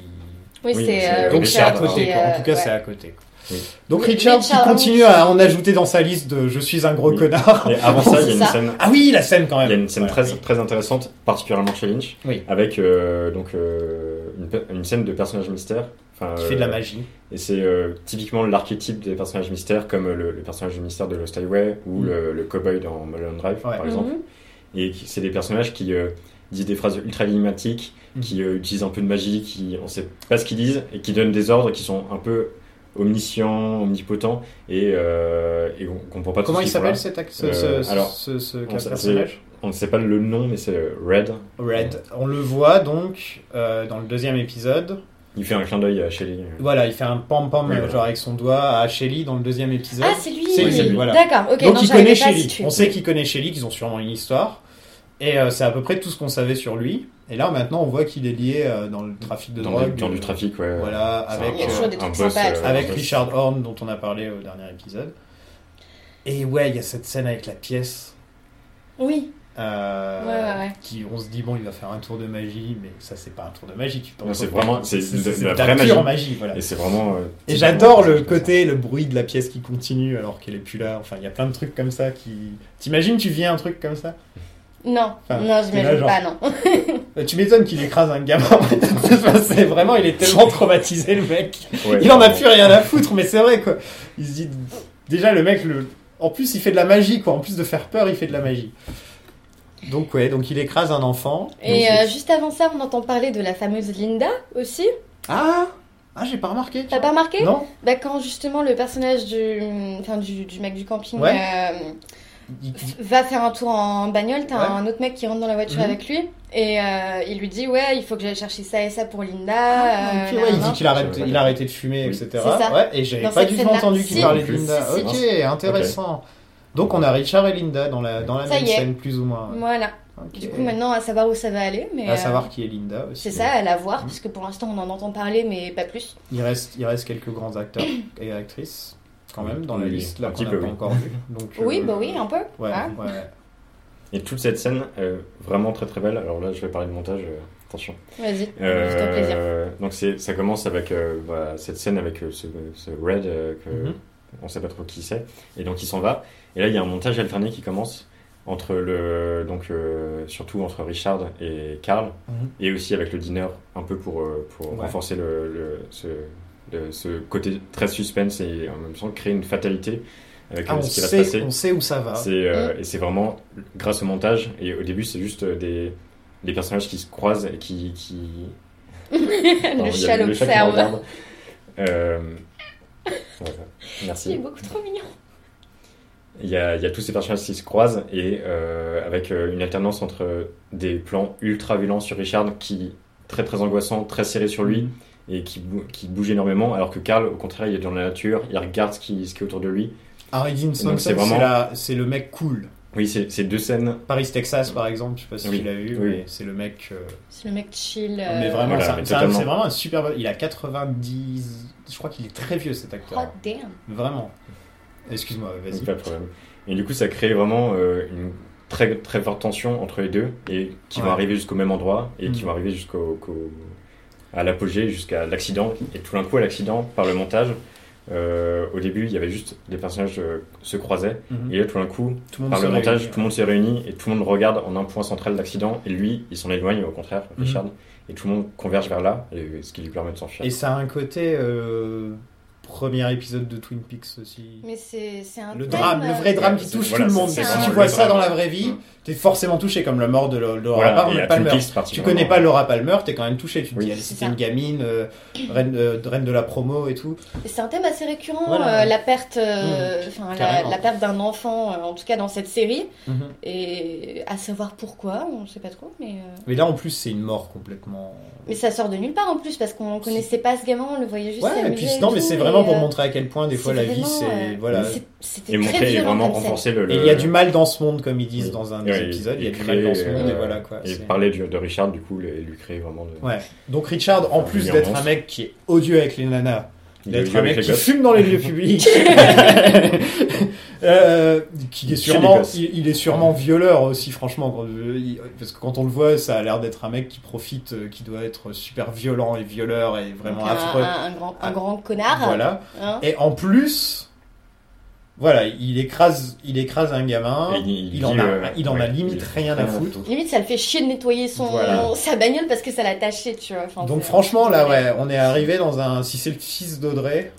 Speaker 3: Oui,
Speaker 4: Oui,
Speaker 3: c'est.
Speaker 4: c'est,
Speaker 3: euh,
Speaker 4: euh,
Speaker 2: Donc c'est à
Speaker 4: Richard,
Speaker 3: qui,
Speaker 2: côté. quoi. En
Speaker 3: euh,
Speaker 2: tout cas,
Speaker 3: ouais.
Speaker 2: c'est à côté. quoi.
Speaker 4: Oui.
Speaker 2: Donc
Speaker 3: Oui,
Speaker 2: Richard qui
Speaker 3: Richard,
Speaker 2: continue à en ajouter dans sa liste de je suis un gros
Speaker 4: Oui.
Speaker 2: connard. [LAUGHS]
Speaker 4: Et avant ça, il y a une
Speaker 3: Ça.
Speaker 4: scène.
Speaker 2: Ah oui, la scène quand même.
Speaker 4: Il y a une scène
Speaker 2: Ouais.
Speaker 4: très, très intéressante, particulièrement chez Lynch,
Speaker 2: Oui.
Speaker 4: avec euh, donc, euh, une, pe- une scène de personnage mystère. Enfin,
Speaker 2: Qui fait de la
Speaker 4: euh,
Speaker 2: magie.
Speaker 4: Et c'est euh, typiquement l'archétype des personnages mystères, comme euh, le, le personnage du mystère de Lost Highway ou
Speaker 2: Mm.
Speaker 4: le, le cowboy dans Mulholland Drive,
Speaker 2: Ouais.
Speaker 4: par exemple.
Speaker 3: Mhm.
Speaker 4: Et qui- c'est des personnages qui euh, disent des phrases ultra énigmatiques,
Speaker 2: Mm.
Speaker 4: qui euh, utilisent un peu de magie, qui on sait pas ce qu'ils disent, et qui donnent des ordres qui sont un peu omniscients, omnipotents, et, euh, et on comprend pas
Speaker 2: Comment
Speaker 4: tout
Speaker 2: il
Speaker 4: ce qu'ils font là.
Speaker 2: s'appelle cet acte, ce,
Speaker 4: Euh,
Speaker 2: ce-
Speaker 4: alors,
Speaker 2: ce- ce
Speaker 4: on sait-
Speaker 2: personnage
Speaker 4: On ne sait pas le nom, mais c'est euh, Red.
Speaker 2: Red. On le voit donc euh, dans le deuxième épisode.
Speaker 4: Il fait un clin d'œil à Shelley. euh,
Speaker 2: Voilà, il fait un pam-pam
Speaker 4: Oui,
Speaker 2: euh,
Speaker 4: voilà.
Speaker 2: genre avec son doigt à Shelly dans le deuxième épisode.
Speaker 3: Ah, c'est lui.
Speaker 2: C'est
Speaker 4: lui,
Speaker 3: oui.
Speaker 2: voilà.
Speaker 3: D'accord. Ok.
Speaker 2: Donc
Speaker 3: non,
Speaker 2: il
Speaker 3: j'arrivais
Speaker 2: connaît
Speaker 3: pas à
Speaker 2: Shelly.
Speaker 3: situer.
Speaker 2: On sait qu'il connaît Shelly, qu'ils ont sûrement une histoire. Et euh, c'est à peu près tout ce qu'on savait sur lui. Et là maintenant, on voit qu'il est lié euh, dans le trafic de
Speaker 4: dans,
Speaker 2: drogue.
Speaker 4: du, dans du trafic, ouais.
Speaker 2: euh, Voilà,
Speaker 4: C'est
Speaker 2: avec,
Speaker 4: un-
Speaker 2: Il y a
Speaker 3: toujours des trucs
Speaker 4: un boss,
Speaker 3: sympas à
Speaker 4: euh,
Speaker 2: avec
Speaker 4: un boss.
Speaker 2: Richard Horn dont on a parlé au dernier épisode. Et ouais, il y a cette scène avec la pièce.
Speaker 3: Oui.
Speaker 2: euh,
Speaker 3: Ouais, ouais, ouais.
Speaker 2: Qui, on se dit bon, il va faire un tour de magie, mais ça c'est pas un tour de magie. Tu
Speaker 4: Non, c'est vraiment- c'est de- de la
Speaker 2: ta
Speaker 4: vraie
Speaker 2: pure
Speaker 4: magie.
Speaker 2: voilà.
Speaker 4: Et c'est vraiment. euh,
Speaker 2: Et j'adore le
Speaker 4: typiquement-
Speaker 2: côté, le bruit de la pièce qui continue alors qu'elle est plus là. Enfin, il y a plein de trucs comme ça qui. T'imagines, tu vis un truc comme ça
Speaker 3: Non.
Speaker 2: Enfin,
Speaker 3: non,
Speaker 2: c'est là,
Speaker 3: j'imagine
Speaker 2: genre-
Speaker 3: pas. Non.
Speaker 2: Euh, Tu m'étonnes qu'il écrase un gamin. [LAUGHS] Enfin, c'est vraiment, il est tellement traumatisé le mec.
Speaker 4: Ouais,
Speaker 2: [LAUGHS] Il en a
Speaker 4: vraiment.
Speaker 2: plus rien à foutre, mais c'est vrai quoi. Il se dit. Déjà, le mec, le... en plus, il fait de la magie quoi. En plus de faire peur, il fait de la magie. Donc, ouais, donc il écrase un enfant.
Speaker 3: Et
Speaker 2: Donc,
Speaker 3: euh,
Speaker 2: c'est-
Speaker 3: juste avant ça, on entend parler de la fameuse Linda aussi.
Speaker 2: Ah Ah, j'ai pas remarqué.
Speaker 3: T'as pas remarqué
Speaker 2: Non
Speaker 3: bah, Quand justement le personnage du, enfin, du, du mec du camping
Speaker 2: Ouais.
Speaker 3: euh,
Speaker 2: il- il-
Speaker 3: va faire un tour en bagnole, t'as
Speaker 2: Ouais.
Speaker 3: un autre mec qui rentre dans la voiture
Speaker 2: Mhm.
Speaker 3: avec lui et euh, il lui dit ouais il faut que j'aille chercher ça et ça pour Linda. euh,
Speaker 2: Ok, Ah, ouais, il
Speaker 3: nanana.
Speaker 2: dit qu'il arrête,
Speaker 4: J'avais pas
Speaker 2: il a arrêté de fumer,
Speaker 4: Oui.
Speaker 2: etc.
Speaker 3: C'est ça.
Speaker 2: Ouais, et j'avais
Speaker 3: Dans
Speaker 2: pas
Speaker 3: cette
Speaker 2: du tout
Speaker 3: scène-là.
Speaker 2: entendu qu'il
Speaker 3: Si.
Speaker 2: parlait de
Speaker 4: Si, Ah.
Speaker 2: Linda.
Speaker 3: si,
Speaker 2: ok,
Speaker 4: si.
Speaker 2: intéressant. Donc on a Richard et Linda dans la, dans la
Speaker 3: Ça
Speaker 2: même
Speaker 3: y est.
Speaker 2: scène, plus ou moins. ouais.
Speaker 3: Voilà.
Speaker 2: Ok.
Speaker 3: Du coup maintenant à savoir où ça va aller mais
Speaker 2: à
Speaker 3: euh,
Speaker 2: savoir qui est Linda aussi.
Speaker 3: c'est ça à la voir
Speaker 2: Mhm.
Speaker 3: parce que pour l'instant on en entend parler mais pas plus.
Speaker 2: Il reste, il reste quelques grands
Speaker 3: [COUGHS]
Speaker 2: acteurs et actrices quand même dans la
Speaker 4: Oui,
Speaker 2: liste là
Speaker 4: un
Speaker 2: qu'on
Speaker 4: petit
Speaker 2: n'a
Speaker 4: peu,
Speaker 2: pas
Speaker 4: oui.
Speaker 2: encore
Speaker 4: [LAUGHS]
Speaker 2: vu. Donc,
Speaker 3: Oui
Speaker 2: euh,
Speaker 3: bah oui un peu.
Speaker 2: Ouais, Ah,
Speaker 3: hein.
Speaker 2: ouais.
Speaker 4: Et toute cette scène, euh, vraiment très très belle. Alors là, je vais parler de montage, euh, attention.
Speaker 3: Vas-y.
Speaker 4: Euh,
Speaker 3: Fais-toi plaisir.
Speaker 4: donc c'est- ça commence avec euh, bah, cette scène avec euh, ce, ce Red, euh, que
Speaker 2: Mhm.
Speaker 4: on sait pas trop qui c'est, et donc il s'en va. Et là, il y a un montage alterné qui commence entre le donc euh, surtout entre Richard et Carl,
Speaker 2: Mhm.
Speaker 4: et aussi avec le dîner un peu pour euh, pour
Speaker 2: Ouais.
Speaker 4: renforcer le, le- ce le- ce côté très suspense et en même temps créer une fatalité avec
Speaker 2: Ah,
Speaker 4: euh,
Speaker 2: on,
Speaker 4: ce qui va se passer.
Speaker 2: sait, on sait où ça va.
Speaker 4: C'est, euh, Et c'est vraiment grâce au montage. Et au début, c'est juste euh, des, des personnages qui se croisent et qui. qui... Pardon,
Speaker 3: le
Speaker 4: il y
Speaker 3: chat
Speaker 4: avait le chat qui me
Speaker 3: l'observe.
Speaker 4: regarde. Euh, voilà.
Speaker 3: Il est
Speaker 4: Merci.
Speaker 3: beaucoup trop mignon.
Speaker 4: Il y, a, il y a tous ces personnages qui se croisent et euh, avec euh, une alternance entre des plans ultra violents sur Richard qui très très angoissant, très serré sur
Speaker 2: Mm.
Speaker 4: lui et qui, bou- qui bouge énormément alors que Carl au contraire il est dans la nature, il regarde ce qui, ce qui est autour de lui.
Speaker 2: Harry Dean Stanton,
Speaker 4: Donc, c'est
Speaker 2: c'est
Speaker 4: vraiment-
Speaker 2: la- c'est le mec cool.
Speaker 4: Oui, c'est c'est deux scènes.
Speaker 2: Paris Texas par exemple, je sais pas si
Speaker 4: Oui.
Speaker 2: tu l'as vu,
Speaker 4: Oui.
Speaker 2: mais c'est le mec. euh,
Speaker 3: C'est le mec chill. euh,
Speaker 2: Mais vraiment,
Speaker 4: voilà,
Speaker 2: c'est un-
Speaker 4: mais
Speaker 2: c'est un-
Speaker 4: totalement.
Speaker 2: c'est vraiment un super. bon- Il a 90. Je crois qu'il est très vieux cet acteur.
Speaker 3: Hot damn.
Speaker 2: Vraiment. Excuse-moi, vas-y.
Speaker 4: Pas de problème. Et du coup, ça crée vraiment euh, une très très forte tension entre les deux et qui
Speaker 2: Ouais.
Speaker 4: vont arriver jusqu'au même endroit et qui
Speaker 2: Mm.
Speaker 4: vont arriver jusqu'au qu'au- à l'apogée jusqu'à l'accident et tout d'un coup à l'accident par le montage. euh, au début, il y avait juste les personnages euh, se croisaient
Speaker 2: Mhm.
Speaker 4: et là, tout d'un coup,
Speaker 2: Tout le monde
Speaker 4: par
Speaker 2: se
Speaker 4: le montage,
Speaker 2: réunit,
Speaker 4: tout le monde s'est réuni et tout le monde regarde en un point central l'accident et lui, il s'en éloigne au contraire,
Speaker 2: Mhm.
Speaker 4: Richard, et tout le monde converge vers là, et ce qui lui permet de s'enfuir.
Speaker 2: Et ça a un côté euh, premier épisode de Twin Peaks aussi.
Speaker 3: Mais c'est c'est un
Speaker 2: Le
Speaker 3: thème,
Speaker 2: drame, le
Speaker 3: euh,
Speaker 2: vrai drame qui
Speaker 4: c'est-
Speaker 2: touche
Speaker 4: voilà,
Speaker 2: tout le monde.
Speaker 4: c'est-
Speaker 2: Si
Speaker 3: c'est
Speaker 2: tu
Speaker 3: vraiment
Speaker 2: vois
Speaker 4: le
Speaker 2: ça
Speaker 4: drame.
Speaker 2: dans la vraie vie,
Speaker 4: Mm.
Speaker 2: t'es forcément touché, comme la mort de Lo- Laura
Speaker 4: Voilà, et
Speaker 2: Palmer.
Speaker 4: à
Speaker 2: Palmer.
Speaker 4: Twin Peaks,
Speaker 2: Tu
Speaker 4: particulièrement.
Speaker 2: connais pas Laura Palmer, t'es quand même touché. Tu te dis,
Speaker 4: Oui.
Speaker 2: elle,
Speaker 3: C'est
Speaker 2: c'était
Speaker 3: ça.
Speaker 2: une gamine, euh, reine, euh, reine de la promo et tout.
Speaker 3: C'est un thème assez récurrent,
Speaker 2: Voilà. Mmh.
Speaker 3: euh, la perte, euh, enfin, la,
Speaker 2: Carrément.
Speaker 3: la perte d'un enfant, euh, en tout cas dans cette série,
Speaker 2: Mhm.
Speaker 3: et à savoir pourquoi, on ne sait pas trop, mais euh,
Speaker 2: Mais là, en plus, c'est une mort complètement.
Speaker 3: mais ça sort de nulle part en plus parce qu'on connaissait pas ce gamin, on le voyait juste.
Speaker 2: Ouais, et
Speaker 3: s'amuser
Speaker 2: puis non,
Speaker 3: et
Speaker 2: mais
Speaker 3: tout,
Speaker 2: c'est
Speaker 3: et,
Speaker 2: vraiment pour
Speaker 3: euh,
Speaker 2: montrer à quel point, des fois, la vie,
Speaker 3: vraiment,
Speaker 2: c'est.
Speaker 3: euh,
Speaker 2: Voilà.
Speaker 3: c'est-
Speaker 4: et
Speaker 3: C'était très
Speaker 4: montrer et
Speaker 3: violent
Speaker 4: vraiment
Speaker 3: comme scène.
Speaker 4: renforcer le.
Speaker 2: Et
Speaker 4: le-
Speaker 2: il y a du mal dans ce monde, comme ils disent
Speaker 4: Oui.
Speaker 2: dans un
Speaker 4: Et
Speaker 2: des
Speaker 4: ouais,
Speaker 2: épisodes. Il y a
Speaker 4: et
Speaker 2: du
Speaker 4: créer,
Speaker 2: mal dans ce monde,
Speaker 4: euh,
Speaker 2: et voilà quoi.
Speaker 4: Et
Speaker 2: c'est-
Speaker 4: parler du- de Richard, du coup, et lui créer vraiment de.
Speaker 2: Ouais. Donc Richard, en plus
Speaker 4: Il est
Speaker 2: d'être
Speaker 4: monstre.
Speaker 2: un mec qui est odieux avec les nanas,
Speaker 4: Il
Speaker 2: d'être
Speaker 4: joue
Speaker 2: un
Speaker 4: avec
Speaker 2: mec
Speaker 4: les
Speaker 2: qui
Speaker 4: gosses.
Speaker 2: fume dans les
Speaker 4: [LAUGHS]
Speaker 2: lieux publics, Euh, qui est
Speaker 4: Chez les
Speaker 2: sûrement,
Speaker 4: gosses.
Speaker 2: il, il est sûrement violeur aussi, franchement, quand- euh, il- parce que quand on le voit, ça a l'air d'être un mec qui profite, euh, qui doit être super violent et violeur et vraiment
Speaker 3: Donc, euh, un,
Speaker 2: affreux.
Speaker 3: un- un grand, un grand connard.
Speaker 2: Voilà.
Speaker 3: hein.
Speaker 2: Et en plus, voilà, il écrase, il écrase un gamin.
Speaker 4: Et il- il
Speaker 2: en
Speaker 4: dit,
Speaker 2: a,
Speaker 4: euh,
Speaker 2: hein. il en a
Speaker 4: ouais,
Speaker 2: limite
Speaker 4: il-
Speaker 2: rien à foutre.
Speaker 3: Limite, ça le fait chier de nettoyer son
Speaker 2: Voilà.
Speaker 3: sa bagnole parce que ça l'a taché, tu vois. Enfin,
Speaker 2: Donc
Speaker 3: c'est-
Speaker 2: franchement, là, ouais, on est arrivé dans un, si c'est le fils d'Audrey,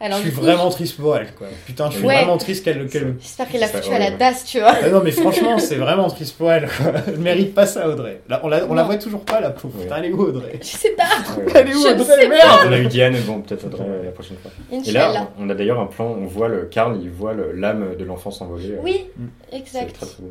Speaker 2: je
Speaker 3: Alors,
Speaker 2: suis
Speaker 3: du coup,
Speaker 2: vraiment triste pour elle, quoi. Putain, je suis
Speaker 3: Ouais.
Speaker 2: vraiment triste qu'elle, qu'elle
Speaker 3: J'espère qu'il l'a
Speaker 4: Ça,
Speaker 3: foutu à la
Speaker 4: ouais.
Speaker 3: tasse, tu vois. [LAUGHS]
Speaker 2: Ah non mais franchement c'est vraiment triste pour elle. quoi. [LAUGHS] Elle mérite pas ça Audrey. Là, on, la, on la
Speaker 3: Non.
Speaker 2: voit toujours pas la pauvre.
Speaker 4: Ouais.
Speaker 2: Putain, elle est où Audrey
Speaker 3: Je sais pas.
Speaker 4: Ouais.
Speaker 2: Elle est où
Speaker 3: Je
Speaker 2: Audrey
Speaker 3: sais
Speaker 2: Merde
Speaker 4: On a eu Diane, bon, peut-être faudrait euh, la prochaine fois. Et
Speaker 3: Inch'Allah.
Speaker 4: là, on a d'ailleurs un plan, on voit le Carl, il voit le- l'âme de l'enfant s'envoler. euh,
Speaker 3: Oui,
Speaker 2: Mm.
Speaker 4: C'est
Speaker 3: exact.
Speaker 4: très très beau.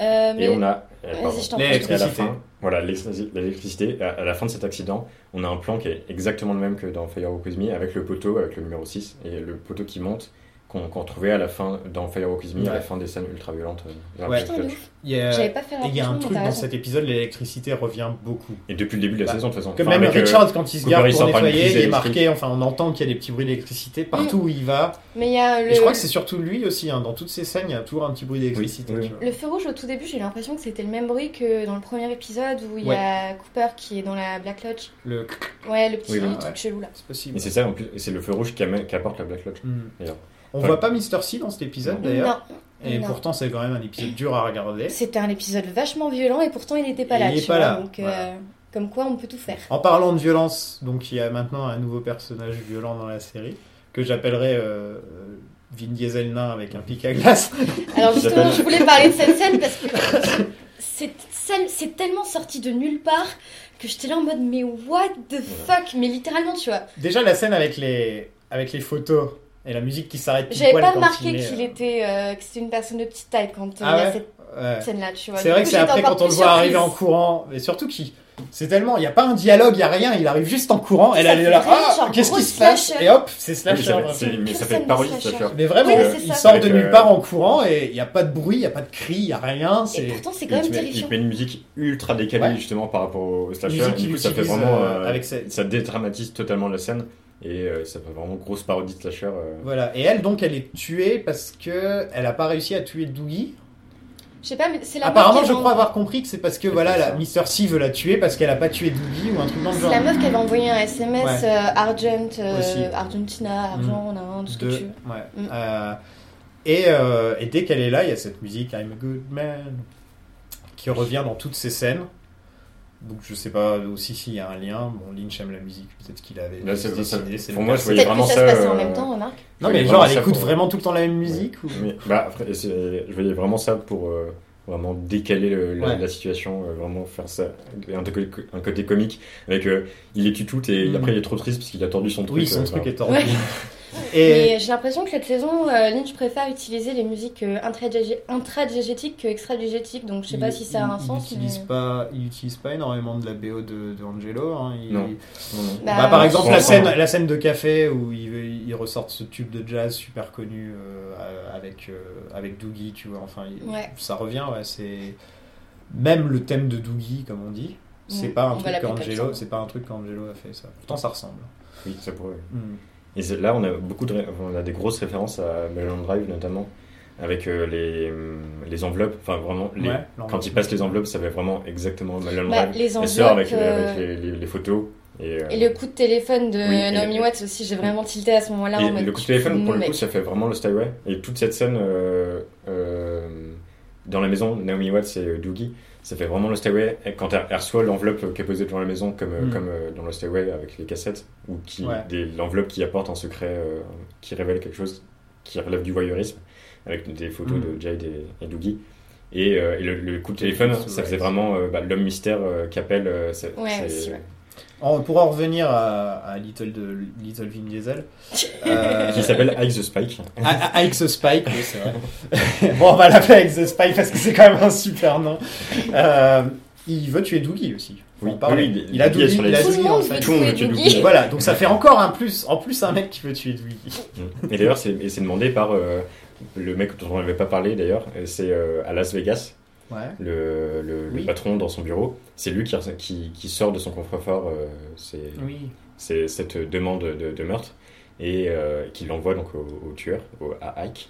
Speaker 3: Euh, mais-
Speaker 4: Et on a. euh,
Speaker 3: Vas-y,
Speaker 4: pardon.
Speaker 3: je t'en
Speaker 2: Les-
Speaker 3: prie.
Speaker 4: Et à la
Speaker 2: L'électricité.
Speaker 4: fin, voilà, l'ex- l'électricité, à à la fin de cet accident, on a un plan qui est exactement le même que dans Firewalk With Me, avec le poteau, avec le numéro 6, et le poteau qui monte, qu'on qu'on trouvait à la fin, dans Firewalk With Me, à
Speaker 2: Ouais.
Speaker 4: la fin des scènes ultra-violentes. euh, dans la
Speaker 2: Ouais.
Speaker 4: Black
Speaker 3: Putain, de
Speaker 4: Lodge.
Speaker 2: Il y a,
Speaker 3: J'avais pas fait
Speaker 2: et il y a un
Speaker 3: rapprochement,
Speaker 2: truc
Speaker 3: mais t'as
Speaker 2: dans
Speaker 3: raison.
Speaker 2: cet épisode, l'électricité revient beaucoup.
Speaker 4: Et depuis le début de la
Speaker 2: Bah,
Speaker 4: saison, de toute façon.
Speaker 2: Que
Speaker 4: Enfin,
Speaker 2: même
Speaker 4: avec, euh,
Speaker 2: Richard, quand il se
Speaker 4: Cooper,
Speaker 2: garde
Speaker 4: il
Speaker 2: pour
Speaker 4: sort par une
Speaker 2: nettoyer,
Speaker 4: prise
Speaker 2: il est
Speaker 4: électrique.
Speaker 2: marqué, enfin on entend qu'il y a des petits bruits d'électricité partout où il va.
Speaker 3: Mais il y a
Speaker 2: Et je crois que
Speaker 3: le...
Speaker 2: c'est surtout lui aussi, hein. dans toutes ces scènes, il y a toujours un petit bruit d'électricité.
Speaker 4: Oui, oui.
Speaker 2: tu vois.
Speaker 3: le feu rouge au tout début, j'ai l'impression que c'était le même bruit que dans le premier épisode où il y a Cooper qui est dans la Black Lodge.
Speaker 2: Le...
Speaker 3: Ouais, le petit
Speaker 4: Oui, oui.
Speaker 3: truc
Speaker 2: Ouais.
Speaker 3: chelou là.
Speaker 2: C'est possible.
Speaker 4: Et c'est ça, en plus, et c'est le feu rouge qui, amène- qui apporte la Black Lodge.
Speaker 2: Hmm.
Speaker 4: D'ailleurs.
Speaker 2: On
Speaker 4: Enfin,
Speaker 2: voit pas Mister C dans cet épisode
Speaker 3: Non,
Speaker 2: d'ailleurs. Et
Speaker 3: non.
Speaker 2: pourtant c'est quand même un épisode dur à regarder.
Speaker 3: c'était un épisode vachement violent et pourtant il n'était pas
Speaker 2: Il
Speaker 3: là.
Speaker 2: est
Speaker 3: tu
Speaker 2: pas
Speaker 3: vois,
Speaker 2: là,
Speaker 3: Donc, euh,
Speaker 2: voilà.
Speaker 3: comme quoi on peut tout faire.
Speaker 2: En parlant de violence, donc il y a maintenant un nouveau personnage violent dans la série que j'appellerai euh, euh, Vin Diesel nain avec un pic à glace. [LAUGHS]
Speaker 3: Alors
Speaker 4: J'appelle-
Speaker 3: justement, je voulais parler de cette scène parce que c'est scène- c'est tellement sorti de nulle part que j'étais là en mode mais what the fuck, mais littéralement tu vois.
Speaker 2: Déjà la scène avec les avec les photos Et la musique qui s'arrête pile
Speaker 3: J'avais
Speaker 2: poil
Speaker 3: pas
Speaker 2: quand
Speaker 3: remarqué
Speaker 2: il met,
Speaker 3: qu'il
Speaker 2: euh,
Speaker 3: était, euh, que c'était une personne de petite taille quand il
Speaker 2: Ah
Speaker 3: y a
Speaker 2: ouais
Speaker 3: cette
Speaker 2: ouais.
Speaker 3: scène-là, tu vois.
Speaker 2: C'est
Speaker 3: Bah, Du
Speaker 2: vrai
Speaker 3: coup,
Speaker 2: que c'est
Speaker 3: j'étais
Speaker 2: après
Speaker 3: encore
Speaker 2: quand on le
Speaker 3: plus
Speaker 2: voit arriver en
Speaker 3: surprise.
Speaker 2: courant, et surtout qui c'est tellement, il n'y a pas un dialogue, il n'y a rien, il arrive juste en courant, elle,
Speaker 3: Ça
Speaker 2: elle est
Speaker 3: fait
Speaker 2: là,
Speaker 3: vraiment
Speaker 2: ah,
Speaker 3: genre
Speaker 2: qu'est-ce
Speaker 3: gros
Speaker 2: qui se passe
Speaker 3: slasher.
Speaker 2: Et hop, c'est
Speaker 4: Mais ça
Speaker 2: slasher.
Speaker 4: fait- c'est- mais ça
Speaker 3: Pure
Speaker 4: fait
Speaker 3: scène
Speaker 4: parodie
Speaker 3: de
Speaker 4: de
Speaker 3: slasher.
Speaker 4: slasher.
Speaker 2: Mais vraiment,
Speaker 3: Ouais, c'est
Speaker 2: il
Speaker 3: ça.
Speaker 2: sort de
Speaker 4: Avec,
Speaker 2: nulle
Speaker 4: euh,
Speaker 2: part en courant et il n'y a pas de bruit, il n'y a pas de cri, il n'y a rien.
Speaker 3: Et
Speaker 2: C'est
Speaker 3: pourtant, c'est
Speaker 4: Et
Speaker 3: quand même
Speaker 4: il, te met, il te
Speaker 3: terrifiant.
Speaker 4: met une musique ultra décalée
Speaker 2: Ouais.
Speaker 4: justement par rapport au au
Speaker 2: une
Speaker 4: slasher.
Speaker 2: musique
Speaker 4: Du
Speaker 2: qu'il
Speaker 4: coup, ça fait
Speaker 2: utilise
Speaker 4: vraiment,
Speaker 2: euh,
Speaker 4: euh,
Speaker 2: avec ses...
Speaker 4: ça dédramatise totalement la scène et euh, ça fait vraiment grosse parodie de slasher. euh.
Speaker 2: Voilà. Et elle, donc, elle est tuée parce que elle n'a pas réussi à tuer Dougie.
Speaker 3: Je sais pas, mais c'est la meuf
Speaker 2: Apparemment,
Speaker 3: qui
Speaker 2: je
Speaker 3: avait
Speaker 2: crois
Speaker 3: envoyé-
Speaker 2: avoir compris que c'est parce que voilà,
Speaker 4: c'est
Speaker 2: la
Speaker 4: ça.
Speaker 2: Mister C veut la tuer parce qu'elle a pas tué Dougie ou un truc dans le
Speaker 3: C'est
Speaker 2: genre.
Speaker 3: la meuf qui avait envoyé un SMS
Speaker 2: Ouais.
Speaker 3: euh, Argent, euh,
Speaker 2: Aussi. Mm.
Speaker 3: Argentina, Argent, nan, tout ce que
Speaker 2: Deux.
Speaker 3: tu veux.
Speaker 2: Ouais.
Speaker 3: Mm.
Speaker 2: Euh, et, euh, et dès qu'elle est là, il y a cette musique I'm a good man qui revient dans toutes ces scènes. Donc je sais pas aussi s'il y a un lien. Bon, Lynch aime la musique, peut-être qu'il avait
Speaker 4: Là, c'est-
Speaker 2: dessiné.
Speaker 4: ça-
Speaker 2: c'est
Speaker 4: pour
Speaker 2: le
Speaker 4: moi,
Speaker 2: cas.
Speaker 4: je voyais
Speaker 3: Peut-être
Speaker 4: vraiment
Speaker 3: que ça,
Speaker 4: ça.
Speaker 3: se passait en
Speaker 4: euh,
Speaker 3: même temps, remarque.
Speaker 2: Non
Speaker 4: je
Speaker 2: mais
Speaker 4: voyais
Speaker 2: genre,
Speaker 4: vraiment
Speaker 2: elle
Speaker 4: ça
Speaker 2: écoute
Speaker 4: pour-
Speaker 2: vraiment tout le temps la même musique. ou-
Speaker 4: Mais, bah, après, c'est- je voyais vraiment ça pour euh, vraiment décaler le- la,
Speaker 2: Ouais.
Speaker 4: la situation, euh, vraiment faire ça, un, côté- un côté comique, avec euh, il les tue toutes et
Speaker 2: Mm.
Speaker 4: après il est trop triste parce qu'il a tordu son truc.
Speaker 2: Oui, son
Speaker 4: euh,
Speaker 2: truc
Speaker 3: [LAUGHS]
Speaker 4: enfin,
Speaker 2: est tordu.
Speaker 3: Ouais.
Speaker 2: Et
Speaker 3: Mais euh, j'ai l'impression que cette saison, euh, Lynch préfère utiliser les musiques euh, intradigé- intradigétiques que extradigétiques, donc je sais pas
Speaker 2: il-
Speaker 3: si ça a un
Speaker 2: il-
Speaker 3: sens.
Speaker 2: Il
Speaker 3: mais-
Speaker 2: utilise pas, il utilise pas énormément de la BO de, de Angelo. hein. Il-
Speaker 4: Non. non, non.
Speaker 2: Bah, par
Speaker 3: Euh,
Speaker 2: exemple,
Speaker 4: je
Speaker 2: la
Speaker 4: pense
Speaker 2: scène,
Speaker 4: pas.
Speaker 2: la scène de café où ils il ils ressortent ce tube de jazz super connu euh, euh, avec, euh, avec Doogie, tu vois. Enfin, il-
Speaker 3: Ouais.
Speaker 2: ça revient, ouais. C'est même le thème de Doogie, comme on dit. C'est
Speaker 3: Mm,
Speaker 2: pas
Speaker 3: on
Speaker 2: un
Speaker 3: va
Speaker 2: truc
Speaker 3: l'appeler comme
Speaker 2: qu'Angelo,
Speaker 3: ça.
Speaker 2: c'est pas un truc qu'Angelo a fait ça. Pourtant, ça ressemble.
Speaker 4: Oui, ça pourrait.
Speaker 2: Mm.
Speaker 4: Et c'est- là, on a beaucoup de, ré- on a des grosses références à Melon Drive notamment, avec euh, les, hum, les enveloppes, enfin vraiment les-
Speaker 2: Ouais, l'enveloppe.
Speaker 4: Quand il passe les enveloppes, ça fait vraiment exactement Melon
Speaker 3: Bah,
Speaker 4: Drive.
Speaker 3: les
Speaker 4: Et ça,
Speaker 3: enveloppes
Speaker 4: avec, euh,
Speaker 3: euh,
Speaker 4: avec les, les- les photos. Et, euh,
Speaker 3: et le coup de téléphone de
Speaker 4: Oui, et
Speaker 3: Naomi
Speaker 4: le-
Speaker 3: Watts aussi, j'ai vraiment tilté à ce moment-là.
Speaker 4: et
Speaker 3: en mode,
Speaker 4: le coup de
Speaker 3: tu
Speaker 4: téléphone,
Speaker 3: fous
Speaker 4: pour
Speaker 3: nous,
Speaker 4: le coup,
Speaker 3: mec.
Speaker 4: ça fait vraiment le Highway. Et toute cette scène euh, euh, dans la maison, Naomi Watts et euh, Doogie, ça fait vraiment le Highway. Et quand elle elle reçoit l'enveloppe euh, qui est posée devant la maison, comme, euh,
Speaker 2: Mm.
Speaker 4: comme euh, dans le Highway avec les cassettes, ou qui,
Speaker 2: Ouais.
Speaker 4: des- l'enveloppe qui apporte un secret, euh, qui révèle quelque chose, qui relève du voyeurisme, avec des photos
Speaker 2: Mm.
Speaker 4: de Jade et, et Doogie. Et, euh, et le, le coup de téléphone,
Speaker 2: Ouais.
Speaker 4: ça faisait vraiment euh, bah, l'homme mystère euh, qui appelle. euh, c'est-
Speaker 3: Ouais,
Speaker 4: c'est-
Speaker 3: aussi, ouais.
Speaker 2: En- pour en revenir à, à Little, de, Little Vin
Speaker 3: [LAUGHS]
Speaker 2: Diesel, euh,
Speaker 4: Qui s'appelle Ike the Spike.
Speaker 2: A- A- Ike the Spike, oui, c'est vrai. [LAUGHS] bon, on va l'appeler Ike the Spike parce que c'est quand même un super nom. Euh, il veut tuer Doogie aussi. Faut
Speaker 4: Oui,
Speaker 2: en parler.
Speaker 4: oui,
Speaker 2: il a
Speaker 4: Doogie
Speaker 2: Doogie,
Speaker 4: est sur les
Speaker 2: il a
Speaker 3: Tout le
Speaker 2: Doogie en
Speaker 3: monde veut
Speaker 2: fait.
Speaker 4: Tout le monde
Speaker 3: tuer
Speaker 4: veut tuer
Speaker 3: Dougie.
Speaker 4: Dougie.
Speaker 2: Voilà, donc ça fait encore un plus, en plus un mec qui veut tuer Doogie.
Speaker 4: Et d'ailleurs, c'est et c'est demandé par euh, le mec dont on n'avait pas parlé d'ailleurs, euh, c'est euh, à Las Vegas,
Speaker 2: Ouais.
Speaker 4: le, le- le
Speaker 2: Oui. patron
Speaker 4: patron dans son bureau. C'est lui qui, qui, qui sort de son coffre-fort euh, c'est-
Speaker 2: Oui.
Speaker 4: c'est cette demande de, de meurtre et euh, qui l'envoie donc au, au tueur, au- à Ike.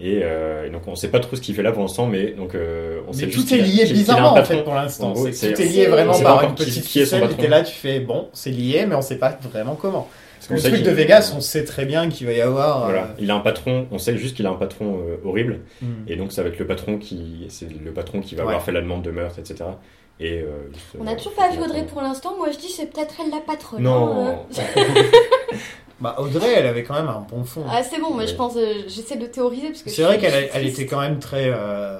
Speaker 4: Et, euh, et donc on ne sait pas trop ce qu'il fait là pour l'instant, mais donc euh, on sait
Speaker 2: Mais
Speaker 4: juste
Speaker 2: tout est
Speaker 4: qu'il-
Speaker 2: lié
Speaker 4: qu'il- qu'il a un
Speaker 2: bizarrement en
Speaker 4: patron.
Speaker 2: fait pour l'instant.
Speaker 4: En gros,
Speaker 2: C'est que
Speaker 4: c'est-
Speaker 2: Tout est lié
Speaker 3: on
Speaker 2: vraiment
Speaker 3: sait
Speaker 2: par
Speaker 4: pas
Speaker 2: une
Speaker 4: encore qui-
Speaker 2: petite
Speaker 4: qui est son
Speaker 2: ficelle. Et
Speaker 4: patron.
Speaker 2: t'es là, tu fais bon, c'est lié, mais on sait pas vraiment comment.
Speaker 4: Parce qu'on
Speaker 2: Le
Speaker 4: sait
Speaker 2: truc
Speaker 4: qu'il-
Speaker 2: de Vegas, on sait très bien qu'il va y avoir.
Speaker 4: voilà, il a un patron. On sait juste qu'il a un patron euh, horrible.
Speaker 2: euh, hmm.
Speaker 4: Et donc ça va être le patron qui, c'est le patron qui va
Speaker 2: Ouais.
Speaker 4: avoir fait la demande de meurtre, etc. Et euh,
Speaker 3: On n'a toujours pas vu
Speaker 4: justement,
Speaker 3: Audrey pour l'instant, moi je dis c'est peut-être elle la patronne. hein,
Speaker 4: Non.
Speaker 3: euh.
Speaker 2: Bah, Audrey, elle avait quand même un bon fond. hein.
Speaker 3: Ah c'est bon, moi je
Speaker 4: Ouais.
Speaker 3: pense, euh, j'essaie de théoriser parce que
Speaker 2: C'est
Speaker 3: je
Speaker 2: vrai
Speaker 3: suis-
Speaker 2: qu'elle
Speaker 3: je suis
Speaker 2: elle
Speaker 3: triste.
Speaker 2: était quand même très. euh,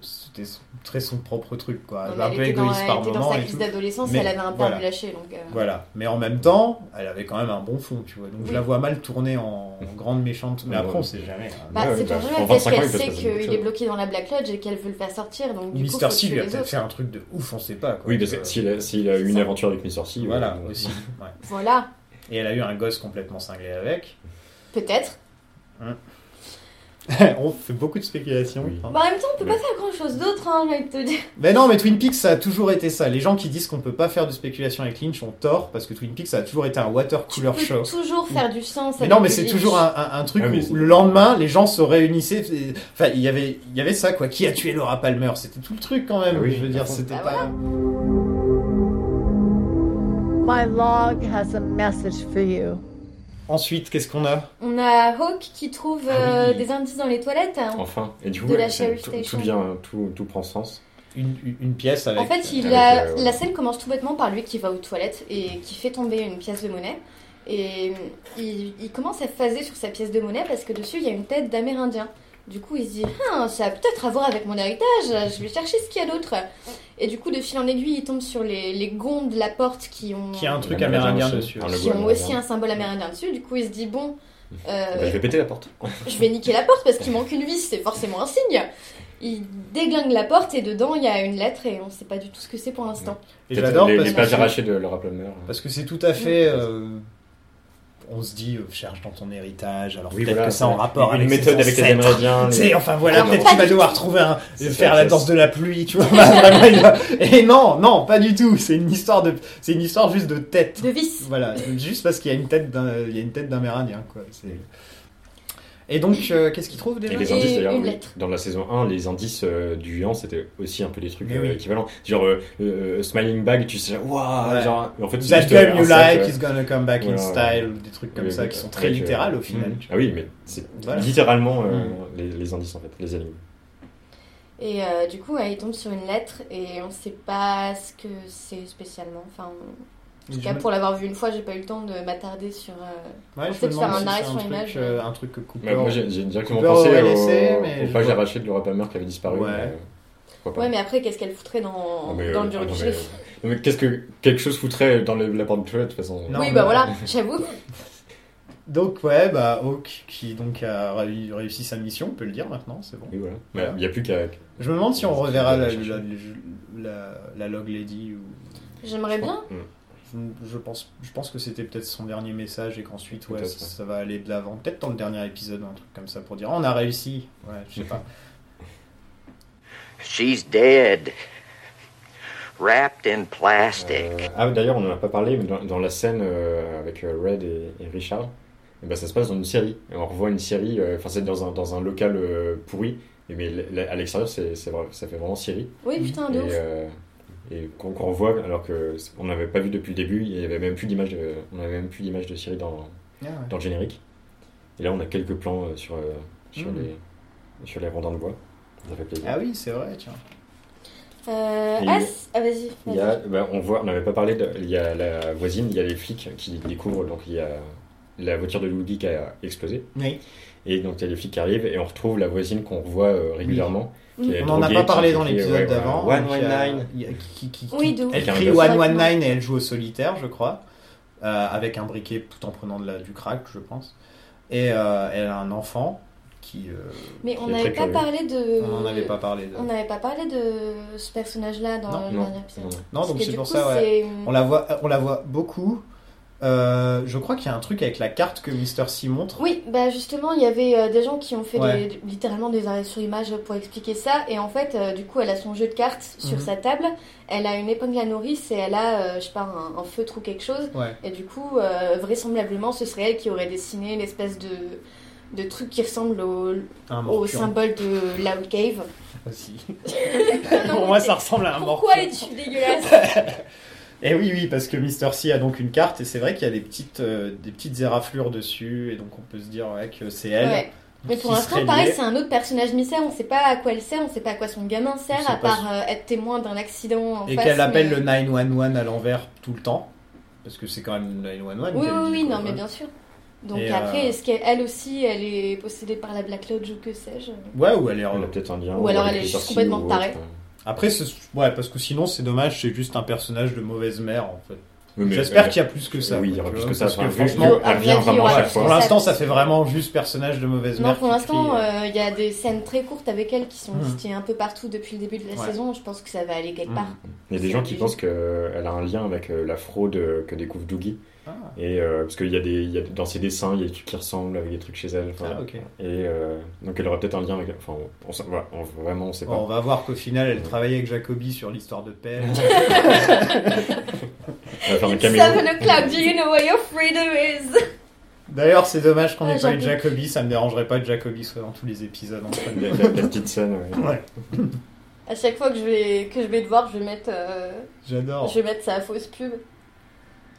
Speaker 2: C'était son- très son propre truc, quoi.
Speaker 3: Non,
Speaker 2: Elle
Speaker 3: mais
Speaker 2: un
Speaker 3: elle
Speaker 2: peu
Speaker 3: était dans-
Speaker 2: égoïste par
Speaker 3: Elle était
Speaker 2: moment.
Speaker 3: dans sa
Speaker 2: et
Speaker 3: crise
Speaker 2: tout.
Speaker 3: d'adolescence,
Speaker 2: Mais
Speaker 3: elle avait un peu
Speaker 2: voilà.
Speaker 3: envie de lâcher donc. euh,
Speaker 2: Voilà. Mais en même temps, elle avait quand même un bon fond, tu vois. Donc je
Speaker 3: Oui.
Speaker 2: la vois mal tourner en en
Speaker 3: [LAUGHS]
Speaker 2: grande méchante. Mais
Speaker 4: Ouais.
Speaker 2: après, on sait jamais. hein.
Speaker 3: Bah,
Speaker 4: Ouais,
Speaker 3: c'est
Speaker 4: bah,
Speaker 3: ton jeu,
Speaker 4: en
Speaker 3: peut-être
Speaker 4: 25 ans,
Speaker 3: qu'elle
Speaker 4: il peut se
Speaker 3: sait
Speaker 4: passer beaucoup de
Speaker 3: qu'il est
Speaker 4: choses.
Speaker 3: bloqué dans la Black Lodge et qu'elle veut le faire sortir, donc du coup,
Speaker 2: Mister
Speaker 3: faut
Speaker 2: C
Speaker 3: tuer
Speaker 2: lui a
Speaker 3: les
Speaker 2: peut-être
Speaker 3: autres.
Speaker 2: fait un truc de ouf, on sait pas. Quoi,
Speaker 4: Oui,
Speaker 2: Tu
Speaker 4: parce
Speaker 2: vois.
Speaker 4: que s'il a, s'il a eu une
Speaker 3: Ça.
Speaker 4: aventure avec Mister C,
Speaker 2: Voilà, [LAUGHS]
Speaker 4: euh,
Speaker 2: aussi. ouais.
Speaker 3: Voilà,
Speaker 2: Et elle a eu un gosse complètement cinglé avec.
Speaker 3: peut-être.
Speaker 2: [LAUGHS] on fait beaucoup de spéculations.
Speaker 4: Oui.
Speaker 2: hein.
Speaker 3: Bah, en même temps, on peut pas faire grand chose d'autre, hein, j'ai envie de te dire.
Speaker 2: Mais non, mais Twin Peaks, ça a toujours été ça. Les gens qui disent qu'on peut pas faire de spéculation avec Lynch ont tort, parce que Twin Peaks, ça a toujours été un
Speaker 3: Tu [LAUGHS]
Speaker 2: watercooler
Speaker 3: peux
Speaker 2: show.
Speaker 3: toujours faire du sens.
Speaker 2: Mais
Speaker 3: avec
Speaker 2: non, mais
Speaker 3: du
Speaker 2: c'est
Speaker 3: riche.
Speaker 2: toujours un, un- un truc
Speaker 4: Ah, mais
Speaker 2: où
Speaker 4: c'est-
Speaker 2: le lendemain, les gens se réunissaient. et- Enfin, il y avait, il y avait ça, quoi. Qui a tué Laura Palmer C'était tout le truc, quand même.
Speaker 4: Ah oui,
Speaker 2: je veux
Speaker 4: à
Speaker 2: dire,
Speaker 4: fond.
Speaker 2: c'était
Speaker 3: Bah
Speaker 2: pas.
Speaker 8: My log has a message for you.
Speaker 2: Ensuite, qu'est-ce qu'on a
Speaker 3: On a Hawk qui trouve
Speaker 4: Ah
Speaker 3: euh,
Speaker 4: oui.
Speaker 3: des indices dans les toilettes.
Speaker 4: Enfin, et du coup,
Speaker 3: De la
Speaker 4: ouais, ça-
Speaker 3: Sheriff
Speaker 4: tout,
Speaker 3: Station.
Speaker 4: tout devient, tout, tout prend sens.
Speaker 2: une, une- une pièce avec.
Speaker 3: En fait, il
Speaker 4: avec,
Speaker 3: a-
Speaker 4: euh,
Speaker 3: la scène commence tout bêtement par lui qui va aux toilettes et qui fait tomber une pièce de monnaie. Et mm, il, il commence à phaser sur sa pièce de monnaie parce que dessus, il y a une tête d'Amérindien. Du coup, il se dit ah, ça a peut-être à voir avec mon héritage, je vais chercher ce qu'il y a d'autre. Et du coup, de fil en aiguille, il tombe sur les, les gonds de la porte qui ont,
Speaker 2: Qui a un truc
Speaker 4: La
Speaker 2: amérindien
Speaker 4: maison
Speaker 2: dessus.
Speaker 4: Enfin, le
Speaker 3: qui
Speaker 4: bois
Speaker 3: ont
Speaker 4: amérindien.
Speaker 3: aussi un symbole amérindien dessus. Du coup, il se dit bon,
Speaker 4: Bah,
Speaker 3: Euh,
Speaker 4: je vais péter la porte.
Speaker 3: je vais niquer la porte parce qu'il manque une vis, c'est forcément un signe. Il déglingue la porte et dedans il y a une lettre et on sait pas du tout ce que c'est pour l'instant.
Speaker 2: Et
Speaker 4: Peut-être
Speaker 2: j'adore
Speaker 4: les,
Speaker 2: parce,
Speaker 4: les pages
Speaker 2: que-
Speaker 4: arrachées de Laura Plummer.
Speaker 2: parce que c'est tout à fait. euh, on se dit, euh, cherche dans ton héritage, alors peut-être
Speaker 4: voilà,
Speaker 2: que ça en
Speaker 4: ouais.
Speaker 2: rapport
Speaker 4: une
Speaker 2: avec ses
Speaker 4: méthode avec les
Speaker 2: ancêtres.
Speaker 4: Amérindiens.
Speaker 2: Tu
Speaker 4: les-
Speaker 2: sais, enfin voilà,
Speaker 4: Non,
Speaker 2: peut-être
Speaker 4: non.
Speaker 2: qu'il va devoir trouver un,
Speaker 4: C'est
Speaker 2: faire
Speaker 4: ça,
Speaker 2: la
Speaker 4: c'est-
Speaker 2: danse de la pluie, tu vois. [LAUGHS] Vraiment, il va- Et non, non, pas du tout. C'est une histoire de, c'est une histoire juste de tête.
Speaker 3: De vis.
Speaker 2: Voilà, juste parce qu'il y a une tête d'un, il y a une tête d'Amérindien, quoi. C'est- Et donc, euh, qu'est-ce qu'il trouve déjà
Speaker 4: Et les
Speaker 3: Et
Speaker 4: indices d'ailleurs,
Speaker 3: une
Speaker 4: oui.
Speaker 3: lettre.
Speaker 4: dans la saison 1, les indices euh, du géant c'était aussi un peu des trucs
Speaker 2: Mais
Speaker 4: euh,
Speaker 2: oui.
Speaker 4: équivalents. Genre euh, euh, Smiling Bag, tu sais, waouh,
Speaker 2: Ouais.
Speaker 4: Ah, genre. En fait, c'est
Speaker 2: That
Speaker 4: juste, euh,
Speaker 2: girl
Speaker 4: un
Speaker 2: you
Speaker 4: sac,
Speaker 2: like
Speaker 4: euh,
Speaker 2: is gonna come back in
Speaker 4: voilà.
Speaker 2: style, des trucs comme
Speaker 4: oui,
Speaker 2: ça
Speaker 4: oui,
Speaker 2: qui sont
Speaker 4: avec,
Speaker 2: très
Speaker 4: euh,
Speaker 2: littérales au final.
Speaker 4: mm. Ah oui, mais c'est
Speaker 2: Voilà. Mm.
Speaker 4: littéralement euh, les, les indices en fait, les énigmes.
Speaker 3: Et euh, du coup, ouais, il tombe sur une lettre et on sait pas ce que c'est spécialement. Enfin, en tout
Speaker 2: Je
Speaker 3: cas,
Speaker 2: me-
Speaker 3: pour l'avoir vu une fois, j'ai pas eu le temps de m'attarder sur. euh,
Speaker 2: Ouais,
Speaker 3: on
Speaker 2: je
Speaker 3: peut
Speaker 2: me
Speaker 3: faire
Speaker 2: demande
Speaker 3: un
Speaker 2: si
Speaker 3: arrêt
Speaker 2: c'est
Speaker 3: sur
Speaker 2: un
Speaker 3: image,
Speaker 2: truc, euh,
Speaker 3: ouais.
Speaker 2: un truc que Cooper.
Speaker 4: Mais moi j'ai j'ai directement
Speaker 2: Cooper
Speaker 4: pensé
Speaker 2: aurait
Speaker 4: au-
Speaker 2: laissé, mais
Speaker 4: aux
Speaker 2: je
Speaker 4: pages
Speaker 2: vois-
Speaker 4: arrachées de Laura Palmer qui avait disparu.
Speaker 2: Ouais.
Speaker 4: mais, euh, pourquoi pas.
Speaker 3: Ouais, mais après, qu'est-ce qu'elle foutrait dans,
Speaker 4: Non, mais,
Speaker 3: dans
Speaker 4: euh,
Speaker 3: le dur
Speaker 4: ah,
Speaker 3: du
Speaker 4: non, mais,
Speaker 3: chef
Speaker 4: euh, non, mais qu'est-ce que quelque chose foutrait dans le- la porte de toilette, de toute façon
Speaker 2: Non,
Speaker 3: Oui,
Speaker 2: mais-
Speaker 3: bah
Speaker 4: [LAUGHS]
Speaker 3: voilà, j'avoue.
Speaker 2: Donc ouais, bah Hawk qui donc a ré- réussi sa mission, on peut le dire maintenant, c'est bon.
Speaker 4: Oui, voilà. Mais Il n'y a plus qu'à.
Speaker 2: Je me demande si on reverra la, la, la- la Log Lady ou.
Speaker 3: J'aimerais bien.
Speaker 4: Mm.
Speaker 2: Je, je pense, je pense que c'était peut-être son dernier message et qu'ensuite ouais,
Speaker 4: Peut-être,
Speaker 2: ça, ça va aller de l'avant. Peut-être dans le dernier épisode, un truc comme ça pour dire Ah, on a réussi. Ouais, je sais
Speaker 4: [LAUGHS]
Speaker 2: pas.
Speaker 7: She's dead. Wrapped in plastic.
Speaker 4: Euh, ah, d'ailleurs, on n'en a pas parlé, mais dans, dans la scène euh, avec euh, Red et, et Richard, eh ben, ça se passe dans une série. Et on revoit une série, euh, enfin, c'est dans un, dans un local euh, pourri, et mais l- l- à l'extérieur, c'est, c'est vrai- ça fait vraiment série.
Speaker 3: Oui, putain, Oh, de
Speaker 4: et
Speaker 3: ouf.
Speaker 4: euh, et qu'on, qu'on revoit, alors qu'on n'avait pas vu depuis le début, il y avait même plus d'image de, on n'avait même plus d'image de série dans,
Speaker 2: Ah, ouais.
Speaker 4: dans le générique. Et là, on a quelques plans euh, sur, euh, sur,
Speaker 2: Mm.
Speaker 3: Mmh.
Speaker 4: les, sur les rondins de bois. Ça fait plaisir.
Speaker 2: Ah oui, c'est vrai, tiens.
Speaker 3: Euh,
Speaker 4: Et-
Speaker 3: ah, c- ah, vas-y,
Speaker 4: Il
Speaker 3: vas-y.
Speaker 4: y a, bah, on voit, on n'avait pas parlé, de, il y a la voisine, il y a les flics qui découvrent, donc il y a la voiture de Woody qui a explosé,
Speaker 2: Oui.
Speaker 4: et donc il y a les flics qui arrivent, et on retrouve la voisine qu'on revoit euh, régulièrement.
Speaker 3: Oui.
Speaker 4: qui est
Speaker 2: On en a
Speaker 4: droguée,
Speaker 2: pas parlé
Speaker 4: qui-
Speaker 2: dans
Speaker 4: qui-
Speaker 2: l'épisode
Speaker 4: ouais, voilà.
Speaker 2: d'avant.
Speaker 4: One,
Speaker 2: Donc,
Speaker 4: one,
Speaker 2: il y a-
Speaker 4: nine.
Speaker 2: il y a- qui- qui- qui-
Speaker 3: Oui, de ouf.
Speaker 2: Elle
Speaker 4: Quelqu'un
Speaker 2: crie
Speaker 4: de-
Speaker 2: 119 et elle joue au solitaire, je crois, euh, avec un briquet tout en prenant de la, du crack, je pense. Et euh, elle a un enfant qui. euh,
Speaker 3: Mais on
Speaker 4: Qui est
Speaker 3: n'avait pas
Speaker 4: très curieux.
Speaker 3: parlé de.
Speaker 2: on n'en avait pas parlé. de-
Speaker 3: On n'avait pas parlé de ce personnage-là dans
Speaker 2: Non,
Speaker 3: le
Speaker 4: non,
Speaker 3: dernier épisode.
Speaker 4: non.
Speaker 2: Non, donc
Speaker 3: Parce que
Speaker 2: c'est
Speaker 3: du
Speaker 2: pour
Speaker 3: coup,
Speaker 2: ça, ouais.
Speaker 3: c'est-
Speaker 2: On la voit, on la voit beaucoup. Euh, je crois qu'il y a un truc avec la carte que Mister C montre.
Speaker 3: Oui, bah justement, il y avait euh, des gens qui ont fait
Speaker 2: Ouais.
Speaker 3: des- littéralement des arrêts sur image pour expliquer ça. Et en fait, euh, du coup, elle a son jeu de cartes
Speaker 2: Mhm.
Speaker 3: sur sa table. Elle a une épingle à nourrice et elle a, euh, je sais pas, un, un feutre ou quelque chose.
Speaker 2: Ouais.
Speaker 3: Et du coup, euh, vraisemblablement, ce serait elle qui aurait dessiné l'espèce de, de truc qui ressemble au,
Speaker 2: Un
Speaker 3: au
Speaker 2: morpion
Speaker 3: symbole de Loud Cave. [LAUGHS]
Speaker 2: aussi.
Speaker 3: non,
Speaker 2: [LAUGHS] Pour
Speaker 3: mais
Speaker 2: moi,
Speaker 3: c'est-
Speaker 2: ça ressemble à un
Speaker 3: Pourquoi
Speaker 2: morpion.
Speaker 3: es-tu dégueulasse
Speaker 2: Et oui, oui, parce que Mister C a donc une carte et c'est vrai qu'il y a des petites, euh, des petites éraflures dessus et donc on peut se dire ouais, que c'est elle.
Speaker 3: Ouais. Mais pour
Speaker 2: qui
Speaker 3: l'instant,
Speaker 2: serait
Speaker 3: pareil,
Speaker 2: liée.
Speaker 3: c'est un autre personnage mystère. On sait pas à quoi elle sert, on sait pas à quoi son gamin
Speaker 2: On
Speaker 3: sert,
Speaker 2: sait
Speaker 3: à
Speaker 2: pas
Speaker 3: part euh, être témoin d'un accident. En
Speaker 2: Et
Speaker 3: face,
Speaker 2: qu'elle appelle
Speaker 3: mais-
Speaker 2: le 911 à l'envers tout le temps. Parce que c'est quand même le 911.
Speaker 3: Oui,
Speaker 2: qu'elle
Speaker 3: oui,
Speaker 2: dit,
Speaker 3: oui,
Speaker 2: quoi.
Speaker 3: non, mais bien sûr. Donc
Speaker 2: Et,
Speaker 3: après,
Speaker 2: euh,
Speaker 3: est-ce qu'elle aussi, elle est possédée par la Black Lodge ou que sais-je
Speaker 2: Ouais, ou elle est.
Speaker 4: Elle a peut-être un lien.
Speaker 3: Ou alors
Speaker 4: avec
Speaker 3: elle est
Speaker 4: les
Speaker 3: juste
Speaker 4: sorties
Speaker 3: complètement
Speaker 4: ou autre.
Speaker 3: tarée.
Speaker 2: Après, c'est- ouais, parce que sinon, c'est dommage, c'est juste un personnage de mauvaise mère en fait.
Speaker 4: Oui, mais-
Speaker 2: J'espère
Speaker 4: euh,
Speaker 2: qu'il y a plus que ça. quoi,
Speaker 4: Oui, il y aura
Speaker 2: tu
Speaker 4: plus
Speaker 2: vois,
Speaker 4: que ça.
Speaker 2: Parce que
Speaker 4: Enfin,
Speaker 2: franchement,
Speaker 4: elle
Speaker 3: à
Speaker 4: revient
Speaker 3: mon avis, il y
Speaker 4: vraiment
Speaker 3: aura
Speaker 4: à chaque
Speaker 3: plus
Speaker 4: fois.
Speaker 2: Pour
Speaker 3: Ça-
Speaker 2: l'instant, ça fait vraiment juste personnage de mauvaise mère.
Speaker 3: Non, pour
Speaker 2: qui
Speaker 3: l'instant,
Speaker 2: crie, euh,
Speaker 3: euh, il y a des scènes très courtes avec elle qui sont
Speaker 2: Mhm.
Speaker 3: listées un peu partout depuis le début de la
Speaker 2: Ouais.
Speaker 3: saison. Je pense que ça va aller quelque
Speaker 2: Mhm.
Speaker 3: part.
Speaker 4: Il y a des
Speaker 3: C'est
Speaker 4: gens qui
Speaker 3: obligé.
Speaker 4: pensent qu'elle a un lien avec euh, la fraude euh, que découvre Doogie.
Speaker 2: Ah.
Speaker 4: Et, euh, parce qu'il y a des, il y a- dans ses dessins, il y a des trucs qui ressemblent avec des trucs chez elle. enfin,
Speaker 2: Ah, ok.
Speaker 4: Et euh, donc elle aurait peut-être un lien avec. Enfin, on, on sait- voilà, on- vraiment, on sait
Speaker 2: Bon, on
Speaker 4: pas.
Speaker 2: va voir qu'au final, elle travaillait avec Jacobi sur l'histoire de
Speaker 4: [LAUGHS]
Speaker 2: Pell.
Speaker 4: On va faire un
Speaker 3: It's
Speaker 4: caméo. [LAUGHS]
Speaker 3: 7 o'clock, do you know where your freedom is
Speaker 2: D'ailleurs, c'est dommage qu'on
Speaker 3: Ah,
Speaker 2: n'ait pas
Speaker 3: j'en
Speaker 2: eu
Speaker 3: peux.
Speaker 2: Jacobi. Ça me dérangerait pas que Jacobi soit dans tous les épisodes. En train
Speaker 4: Il y a
Speaker 2: de...
Speaker 4: la, la petite scène. ouais.
Speaker 2: Ouais,
Speaker 3: À chaque fois que je vais, que je vais te voir, je vais mettre, euh,
Speaker 2: j'adore.
Speaker 3: je vais mettre sa fausse pub.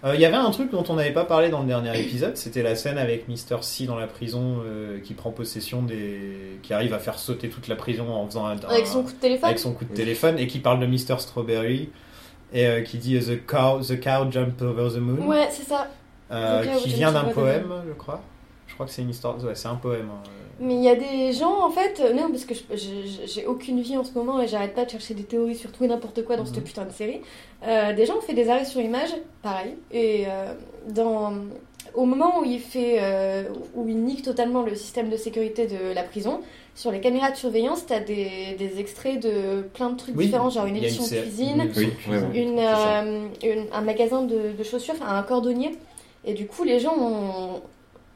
Speaker 2: Oh. Euh, Il y avait un truc dont on n'avait pas parlé dans le dernier épisode. C'était la scène avec Mister C dans la prison euh, qui prend possession des. qui arrive à faire sauter toute la prison en faisant un.
Speaker 3: Avec son coup de téléphone
Speaker 2: avec son coup de téléphone et qui parle de Mister Strawberry et euh, qui dit The cow, the cow jumped over the moon.
Speaker 3: Ouais, c'est ça.
Speaker 2: Euh,
Speaker 3: Ok,
Speaker 2: qui
Speaker 3: je
Speaker 2: vient
Speaker 3: ne sais
Speaker 2: d'un
Speaker 3: pas
Speaker 2: poème, je crois. Je crois que c'est une histoire. Ouais, c'est un poème. hein.
Speaker 3: Mais il y a des gens en fait, euh, non parce que je- je- je- j'ai aucune vie en ce moment et j'arrête pas de chercher des théories sur tout et n'importe quoi dans
Speaker 2: Mhm.
Speaker 3: cette putain de série. Euh, des gens ont fait des arrêts sur image, pareil, et euh, dans au moment où il fait, euh, où il nique totalement le système de sécurité de la prison, sur les caméras de surveillance, t'as des, des extraits de plein de trucs
Speaker 2: Oui,
Speaker 3: différents, genre une
Speaker 2: Il y a
Speaker 3: émission de
Speaker 2: sé-
Speaker 3: cuisine,
Speaker 2: une émission de
Speaker 4: Oui, ouais,
Speaker 2: cuisine.
Speaker 4: ouais.
Speaker 3: une,
Speaker 4: c'est ça.
Speaker 3: euh, une- un magasin de, de chaussures, enfin un cordonnier. Et du coup, les gens ont,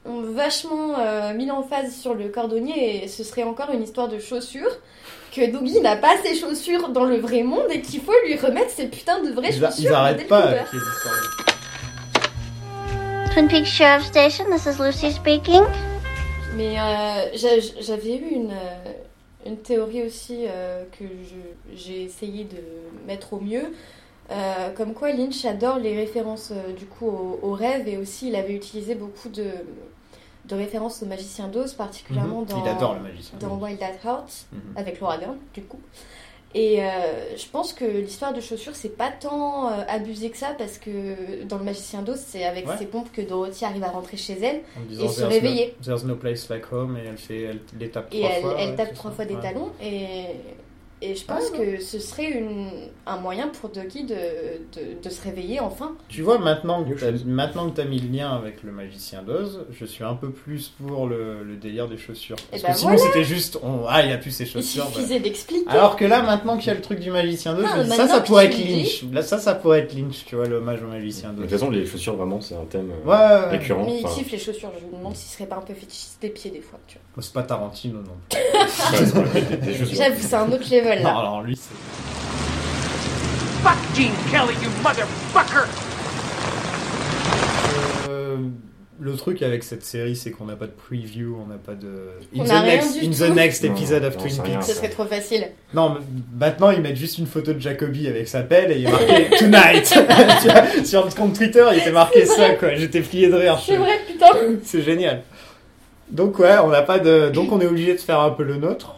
Speaker 3: ont vachement euh, mis l'emphase sur le cordonnier et ce serait encore une histoire de chaussures. Que Doggy n'a pas ses chaussures dans le vrai monde et qu'il faut lui remettre ses putains de vraies
Speaker 2: Ils, a-
Speaker 3: chaussures.
Speaker 2: ils arrêtent
Speaker 3: dès le
Speaker 2: pas
Speaker 3: Cooper.
Speaker 2: avec les histoires. de-
Speaker 9: Twin Peaks Sheriff Station, this is Lucy speaking.
Speaker 3: Mais euh, j'a- j'avais eu une, euh, une théorie aussi euh, que je- j'ai essayé de mettre au mieux, euh, comme quoi Lynch adore les références euh, du coup aux au rêves et aussi il avait utilisé beaucoup de, de références au magicien d'Oz, particulièrement
Speaker 2: Mhm.
Speaker 3: dans,
Speaker 2: Il adore le magicien.
Speaker 3: dans Wild at Heart,
Speaker 2: Mhm.
Speaker 3: avec Laura Dern, du coup. Et euh, je pense que l'histoire de chaussures, c'est pas tant euh, abusé que ça, parce que dans Le Magicien d'Oz, c'est avec
Speaker 2: Ouais.
Speaker 3: ses pompes que Dorothy arrive à rentrer chez elle.
Speaker 2: En
Speaker 3: Et
Speaker 2: disant there's
Speaker 3: se
Speaker 2: no-
Speaker 3: réveiller.
Speaker 2: There's no place like home et elle fait elle, les tape
Speaker 3: Et
Speaker 2: trois
Speaker 3: elle,
Speaker 2: fois.
Speaker 3: elle
Speaker 2: ouais,
Speaker 3: tape
Speaker 2: c'est
Speaker 3: trois
Speaker 2: ça,
Speaker 3: fois des
Speaker 2: ouais.
Speaker 3: talons et, et je pense que ce serait une, un moyen pour Doggy de, de, de se réveiller enfin.
Speaker 2: Tu vois, maintenant que
Speaker 4: New
Speaker 2: t'as-
Speaker 4: shoes.
Speaker 2: maintenant que t'as mis le lien avec le magicien d'Oz, je suis un peu plus pour le, le délire des chaussures. Parce
Speaker 3: ben
Speaker 2: que sinon, c'était juste, on, ah, il a plus ses
Speaker 3: Il
Speaker 2: chaussures. bah.
Speaker 3: suffisait d'expliquer.
Speaker 2: Alors que là, maintenant qu'il y a le truc du magicien d'Oz,
Speaker 3: Ah,
Speaker 2: je me dis, ça,
Speaker 3: maintenant
Speaker 2: ça
Speaker 3: que
Speaker 2: pourrait être
Speaker 3: tu le dis.
Speaker 2: Lynch. Là, ça, ça pourrait être Lynch, tu vois, l'hommage au magicien
Speaker 4: De toute
Speaker 2: d'Oz.
Speaker 4: façon, les chaussures, vraiment, c'est un thème
Speaker 2: Ouais,
Speaker 4: euh,
Speaker 2: ouais, ouais.
Speaker 4: récurrent.
Speaker 3: Mais il
Speaker 4: enfin,
Speaker 3: kiffe les chaussures, je me demande s'il serait pas un peu fétichiste des pieds des fois. tu vois.
Speaker 2: Bon, C'est pas Tarantino non plus.
Speaker 4: [LAUGHS] ouais, des- des chaussures.
Speaker 3: J'avoue, c'est un autre level
Speaker 2: Non,
Speaker 3: là.
Speaker 2: alors lui, c'est.
Speaker 10: Fuck Gene Kelly, you motherfucker!
Speaker 2: Euh, Le truc avec cette série, c'est qu'on n'a pas de preview, on n'a pas de.
Speaker 3: On a rien
Speaker 2: next,
Speaker 3: du
Speaker 2: in
Speaker 3: tout.
Speaker 2: the next
Speaker 4: Non,
Speaker 2: episode of
Speaker 4: non,
Speaker 2: Twin
Speaker 4: c'est rien.
Speaker 2: Peaks.
Speaker 3: Ce serait trop facile.
Speaker 2: Non, mais maintenant ils mettent juste une photo de Jacoby avec sa pelle et il est
Speaker 3: [LAUGHS]
Speaker 2: marqué Tonight Tu vois, Sur le compte Twitter, il était marqué
Speaker 3: C'est
Speaker 2: ça,
Speaker 3: vrai.
Speaker 2: quoi. J'étais plié de rire.
Speaker 3: C'est vrai, putain.
Speaker 2: C'est génial. Donc, ouais, on n'a pas de. Donc, on est obligé de faire un peu le nôtre.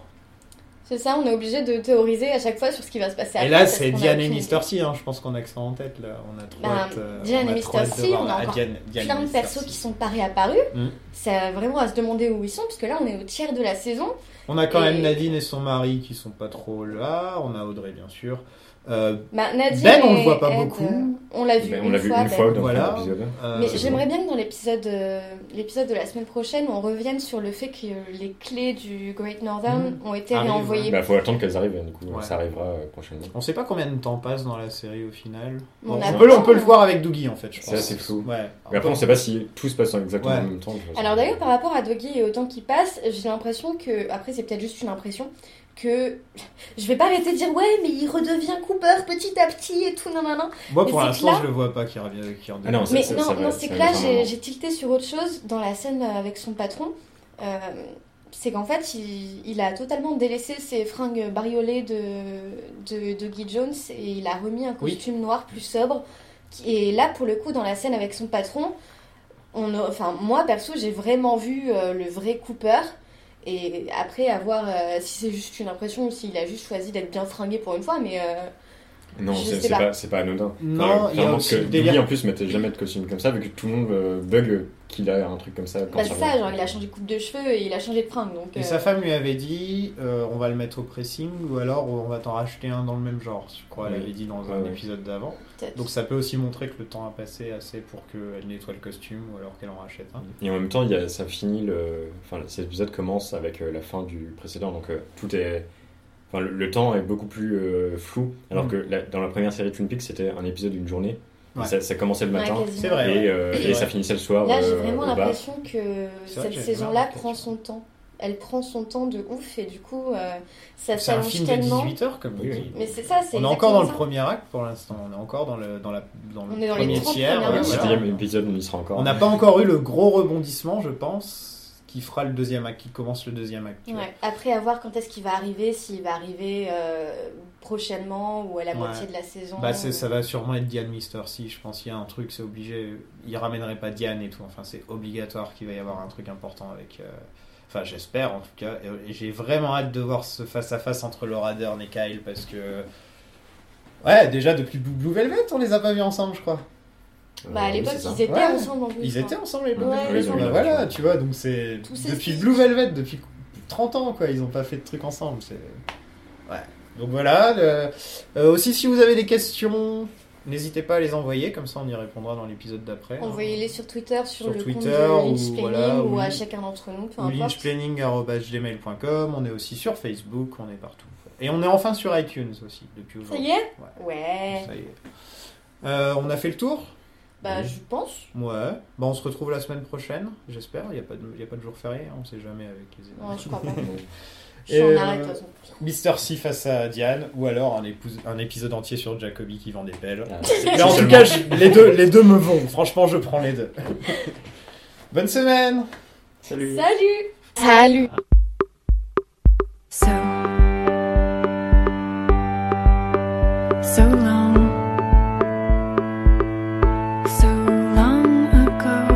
Speaker 3: C'est ça, on est obligé de théoriser à chaque fois sur ce qui va se passer
Speaker 2: Et
Speaker 3: après,
Speaker 2: là,
Speaker 3: parce
Speaker 2: c'est
Speaker 3: qu'on a
Speaker 2: Diane et
Speaker 3: aucune
Speaker 2: Mister C, hein. je pense qu'on a que ça en tête là. On a trop
Speaker 3: Ben,
Speaker 2: hâte, euh,
Speaker 3: Diane
Speaker 2: on a
Speaker 3: et
Speaker 2: trop hâte
Speaker 3: Mr.
Speaker 2: de
Speaker 3: C,
Speaker 2: voir
Speaker 3: on a
Speaker 2: la-
Speaker 3: encore
Speaker 2: Diane- Diane
Speaker 3: plein
Speaker 2: et
Speaker 3: de
Speaker 2: Mr.
Speaker 3: persos
Speaker 2: C.
Speaker 3: qui sont pas réapparus.
Speaker 2: Mm.
Speaker 3: C'est vraiment à se demander où ils sont, parce que là on est au tiers de la saison.
Speaker 2: On a quand
Speaker 3: Et-
Speaker 2: même Nadine et son mari qui sont pas trop là. On a Audrey, bien sûr. Euh,
Speaker 3: Bah, Nadine
Speaker 2: Ben, on le
Speaker 3: et
Speaker 2: voit pas
Speaker 3: Ed,
Speaker 2: beaucoup.
Speaker 3: euh, on l'a vu,
Speaker 4: Ben,
Speaker 3: une,
Speaker 4: on l'a vu
Speaker 3: fois, Ben.
Speaker 4: une fois dans
Speaker 2: Voilà.
Speaker 4: l'épisode.
Speaker 2: euh,
Speaker 3: Mais
Speaker 4: c'est
Speaker 3: j'aimerais bien que dans l'épisode euh, l'épisode de la semaine prochaine, on revienne sur le fait que les clés du Great Northern ont été
Speaker 2: Hmm. Arrive,
Speaker 3: réenvoyées.
Speaker 2: Et-
Speaker 4: Bah, faut attendre qu'elles arrivent, du coup,
Speaker 2: Ouais.
Speaker 4: ça arrivera euh, prochainement.
Speaker 2: On sait pas combien de temps passe dans la série au final.
Speaker 3: On
Speaker 2: On,
Speaker 3: a
Speaker 2: peut,
Speaker 3: le
Speaker 2: on peut le
Speaker 3: temps.
Speaker 2: voir avec Doogie en fait, je pense.
Speaker 4: C'est assez flou.
Speaker 2: Ouais.
Speaker 4: Mais après, on sait pas si tout se passe exactement
Speaker 2: Ouais.
Speaker 4: en même temps. tu vois,
Speaker 3: Alors
Speaker 4: c'est-
Speaker 3: d'ailleurs, par rapport à Doggy et au temps qui passe, j'ai l'impression que, après c'est peut-être juste une impression, que [LAUGHS] je vais pas arrêter de dire ouais, mais il redevient Cooper petit à petit et tout, nanana.
Speaker 2: Moi
Speaker 3: Mais
Speaker 2: pour
Speaker 3: c'est
Speaker 2: l'instant,
Speaker 3: que là-
Speaker 2: je le vois pas qui revient qui redevient.
Speaker 4: Ah non,
Speaker 3: Mais
Speaker 4: ça-
Speaker 3: non,
Speaker 4: ça va-
Speaker 3: non,
Speaker 4: ça
Speaker 3: c'est
Speaker 4: va
Speaker 3: que là,
Speaker 4: être un
Speaker 3: j'ai
Speaker 4: moment.
Speaker 3: j'ai tilté sur autre chose dans la scène avec son patron. Euh, c'est qu'en fait, il, il a totalement délaissé ses fringues bariolées de, de, de Guy Jones et il a remis un
Speaker 2: Oui.
Speaker 3: costume noir plus sobre. qui- Et là, pour le coup, dans la scène avec son patron, on, a- enfin, moi perso, j'ai vraiment vu euh, le vrai Cooper. Et après, avoir si c'est juste une impression ou s'il a juste choisi d'être bien fringué pour une fois, mais euh,
Speaker 4: Non,
Speaker 3: Je
Speaker 4: c'est
Speaker 3: sais
Speaker 4: c'est
Speaker 3: pas.
Speaker 4: pas, c'est pas anodin.
Speaker 2: Non,
Speaker 4: Enfin,
Speaker 2: il y a
Speaker 4: clairement,
Speaker 2: aussi
Speaker 4: parce
Speaker 2: le
Speaker 4: que
Speaker 2: délire.
Speaker 4: Billy, en plus, mettait jamais de costume comme ça, vu que tout le monde euh, bug qu'il a un truc comme ça. quand
Speaker 3: bah,
Speaker 4: il
Speaker 3: c'est ça,
Speaker 4: revient.
Speaker 3: genre, il a changé de coupe de cheveux et il a changé de fringue. Donc,
Speaker 2: Et
Speaker 3: euh,
Speaker 2: sa femme lui avait dit, euh, on va le mettre au pressing ou alors on va t'en racheter un dans le même genre. Je crois elle
Speaker 4: Oui.
Speaker 2: avait dit dans
Speaker 4: Ouais,
Speaker 2: un
Speaker 4: ouais.
Speaker 2: épisode d'avant.
Speaker 3: peut-être.
Speaker 2: Donc ça peut aussi montrer que le temps a passé assez pour qu'elle nettoie le costume ou alors qu'elle en rachète un.
Speaker 4: Et en même temps, il y a, ça finit le. Enfin, cet épisode commence avec euh, la fin du précédent, donc euh, tout est. Enfin, le, le temps est beaucoup plus euh, flou, alors
Speaker 2: Mm.
Speaker 4: que la- dans la première série Twin Peaks, c'était un épisode d'une journée. Et
Speaker 2: Ouais.
Speaker 4: Ça, ça commençait le
Speaker 3: Ouais,
Speaker 4: matin.
Speaker 3: quasiment.
Speaker 2: C'est vrai.
Speaker 4: Et, euh,
Speaker 2: C'est
Speaker 4: et
Speaker 2: vrai.
Speaker 4: ça finissait le soir.
Speaker 3: Là, j'ai
Speaker 4: euh,
Speaker 3: vraiment
Speaker 4: au bar.
Speaker 3: l'impression que
Speaker 2: C'est vrai que
Speaker 3: cette
Speaker 2: j'avais
Speaker 3: saison-là
Speaker 2: remarqué,
Speaker 3: prend
Speaker 2: tu
Speaker 3: son temps. Elle prend son temps de ouf et du coup, euh, ça
Speaker 2: C'est un
Speaker 3: s'allonge
Speaker 2: film de
Speaker 3: tellement.
Speaker 2: 18 heures comme
Speaker 4: Oui,
Speaker 2: on dit.
Speaker 4: oui.
Speaker 3: Mais c'est ça, c'est
Speaker 2: On est encore dans le
Speaker 3: exactement
Speaker 2: premier acte pour l'instant. On est encore dans le dans la dans le
Speaker 3: On est dans les
Speaker 2: premier
Speaker 3: 30
Speaker 2: tiers.
Speaker 3: premières
Speaker 4: Ouais,
Speaker 2: ouais,
Speaker 4: le
Speaker 3: minutes.
Speaker 2: voilà.
Speaker 4: septième épisode, on y sera encore.
Speaker 2: On n'a pas encore eu le gros rebondissement, je pense, qui fera le deuxième acte, qui commence le deuxième acte. tu
Speaker 3: ça.
Speaker 2: vois.
Speaker 3: Ouais. Après, à voir quand est-ce qu'il va arriver, s'il va arriver euh, prochainement ou à la
Speaker 2: Ouais.
Speaker 3: moitié de la saison.
Speaker 2: Bah, c'est- ça va sûrement être Diane Mister si je pense qu'il y a un truc, c'est obligé. Il ramènerait pas Diane et tout, enfin c'est obligatoire qu'il va y avoir un truc important avec. euh, Enfin, j'espère en tout cas. Et, et j'ai vraiment hâte de voir ce face-à-face entre Laura Dern et Kyle parce que. Ouais, déjà depuis Blue, Blue Velvet, on les a pas vus ensemble, je crois.
Speaker 4: Euh,
Speaker 3: Bah, à
Speaker 4: oui,
Speaker 3: l'époque,
Speaker 4: c'est ça.
Speaker 3: ils étaient
Speaker 2: Ouais.
Speaker 3: ensemble en plus.
Speaker 2: Ils
Speaker 3: hein.
Speaker 2: étaient ensemble, les Blue
Speaker 3: Ouais,
Speaker 2: Velvet.
Speaker 3: ils ont
Speaker 2: Bah
Speaker 4: eu
Speaker 2: voilà,
Speaker 4: l'impression.
Speaker 2: tu vois, donc c'est.
Speaker 3: Tout
Speaker 2: Depuis
Speaker 3: s'explique.
Speaker 2: Blue Velvet, depuis 30 ans, quoi, ils ont pas fait de trucs ensemble. c'est- Ouais. Donc voilà. le- euh, aussi, si vous avez des questions, N'hésitez pas à les envoyer, comme ça on y répondra dans l'épisode d'après. hein.
Speaker 3: Envoyez-les sur Twitter, sur,
Speaker 2: Sur
Speaker 3: le compte
Speaker 2: Twitter,
Speaker 3: de
Speaker 2: ou
Speaker 3: Lynch Planning,
Speaker 2: voilà,
Speaker 3: ou
Speaker 2: ou-
Speaker 3: à chacun d'entre nous, peu
Speaker 2: Ou
Speaker 3: importe.
Speaker 2: lynchplanning.gmail.com, on est aussi sur Facebook, on est partout. Et on est enfin sur iTunes aussi, depuis
Speaker 3: Ça
Speaker 2: aujourd'hui.
Speaker 3: y est
Speaker 2: Ouais.
Speaker 3: Ouais.
Speaker 2: Ça y est. Euh, on a fait le tour
Speaker 3: Bah, je pense.
Speaker 2: Ouais. Bah, on se retrouve la semaine prochaine, j'espère. Il n'y a, pas de- il y a pas de jour férié, hein, on sait jamais avec les énormes.
Speaker 3: Non, je
Speaker 2: [LAUGHS]
Speaker 3: crois pas. Je
Speaker 2: Et,
Speaker 3: suis en
Speaker 2: euh,
Speaker 3: arrêt, de toute façon.
Speaker 2: Mister C face à Diane, ou alors un, épouse- un épisode entier sur Jacoby qui vend des pelles. [LAUGHS]
Speaker 4: Ah, c'est-
Speaker 2: Mais en
Speaker 4: c'est
Speaker 2: tout
Speaker 4: seulement-
Speaker 2: cas, je- les, deux, les deux me vont. Franchement, je prends les
Speaker 4: [LAUGHS]
Speaker 2: deux. Bonne semaine
Speaker 11: Salut.
Speaker 3: Salut
Speaker 12: Salut
Speaker 13: So, so long, so long ago,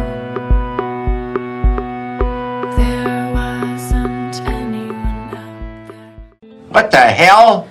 Speaker 13: there wasn't anyone out there.
Speaker 7: What the hell?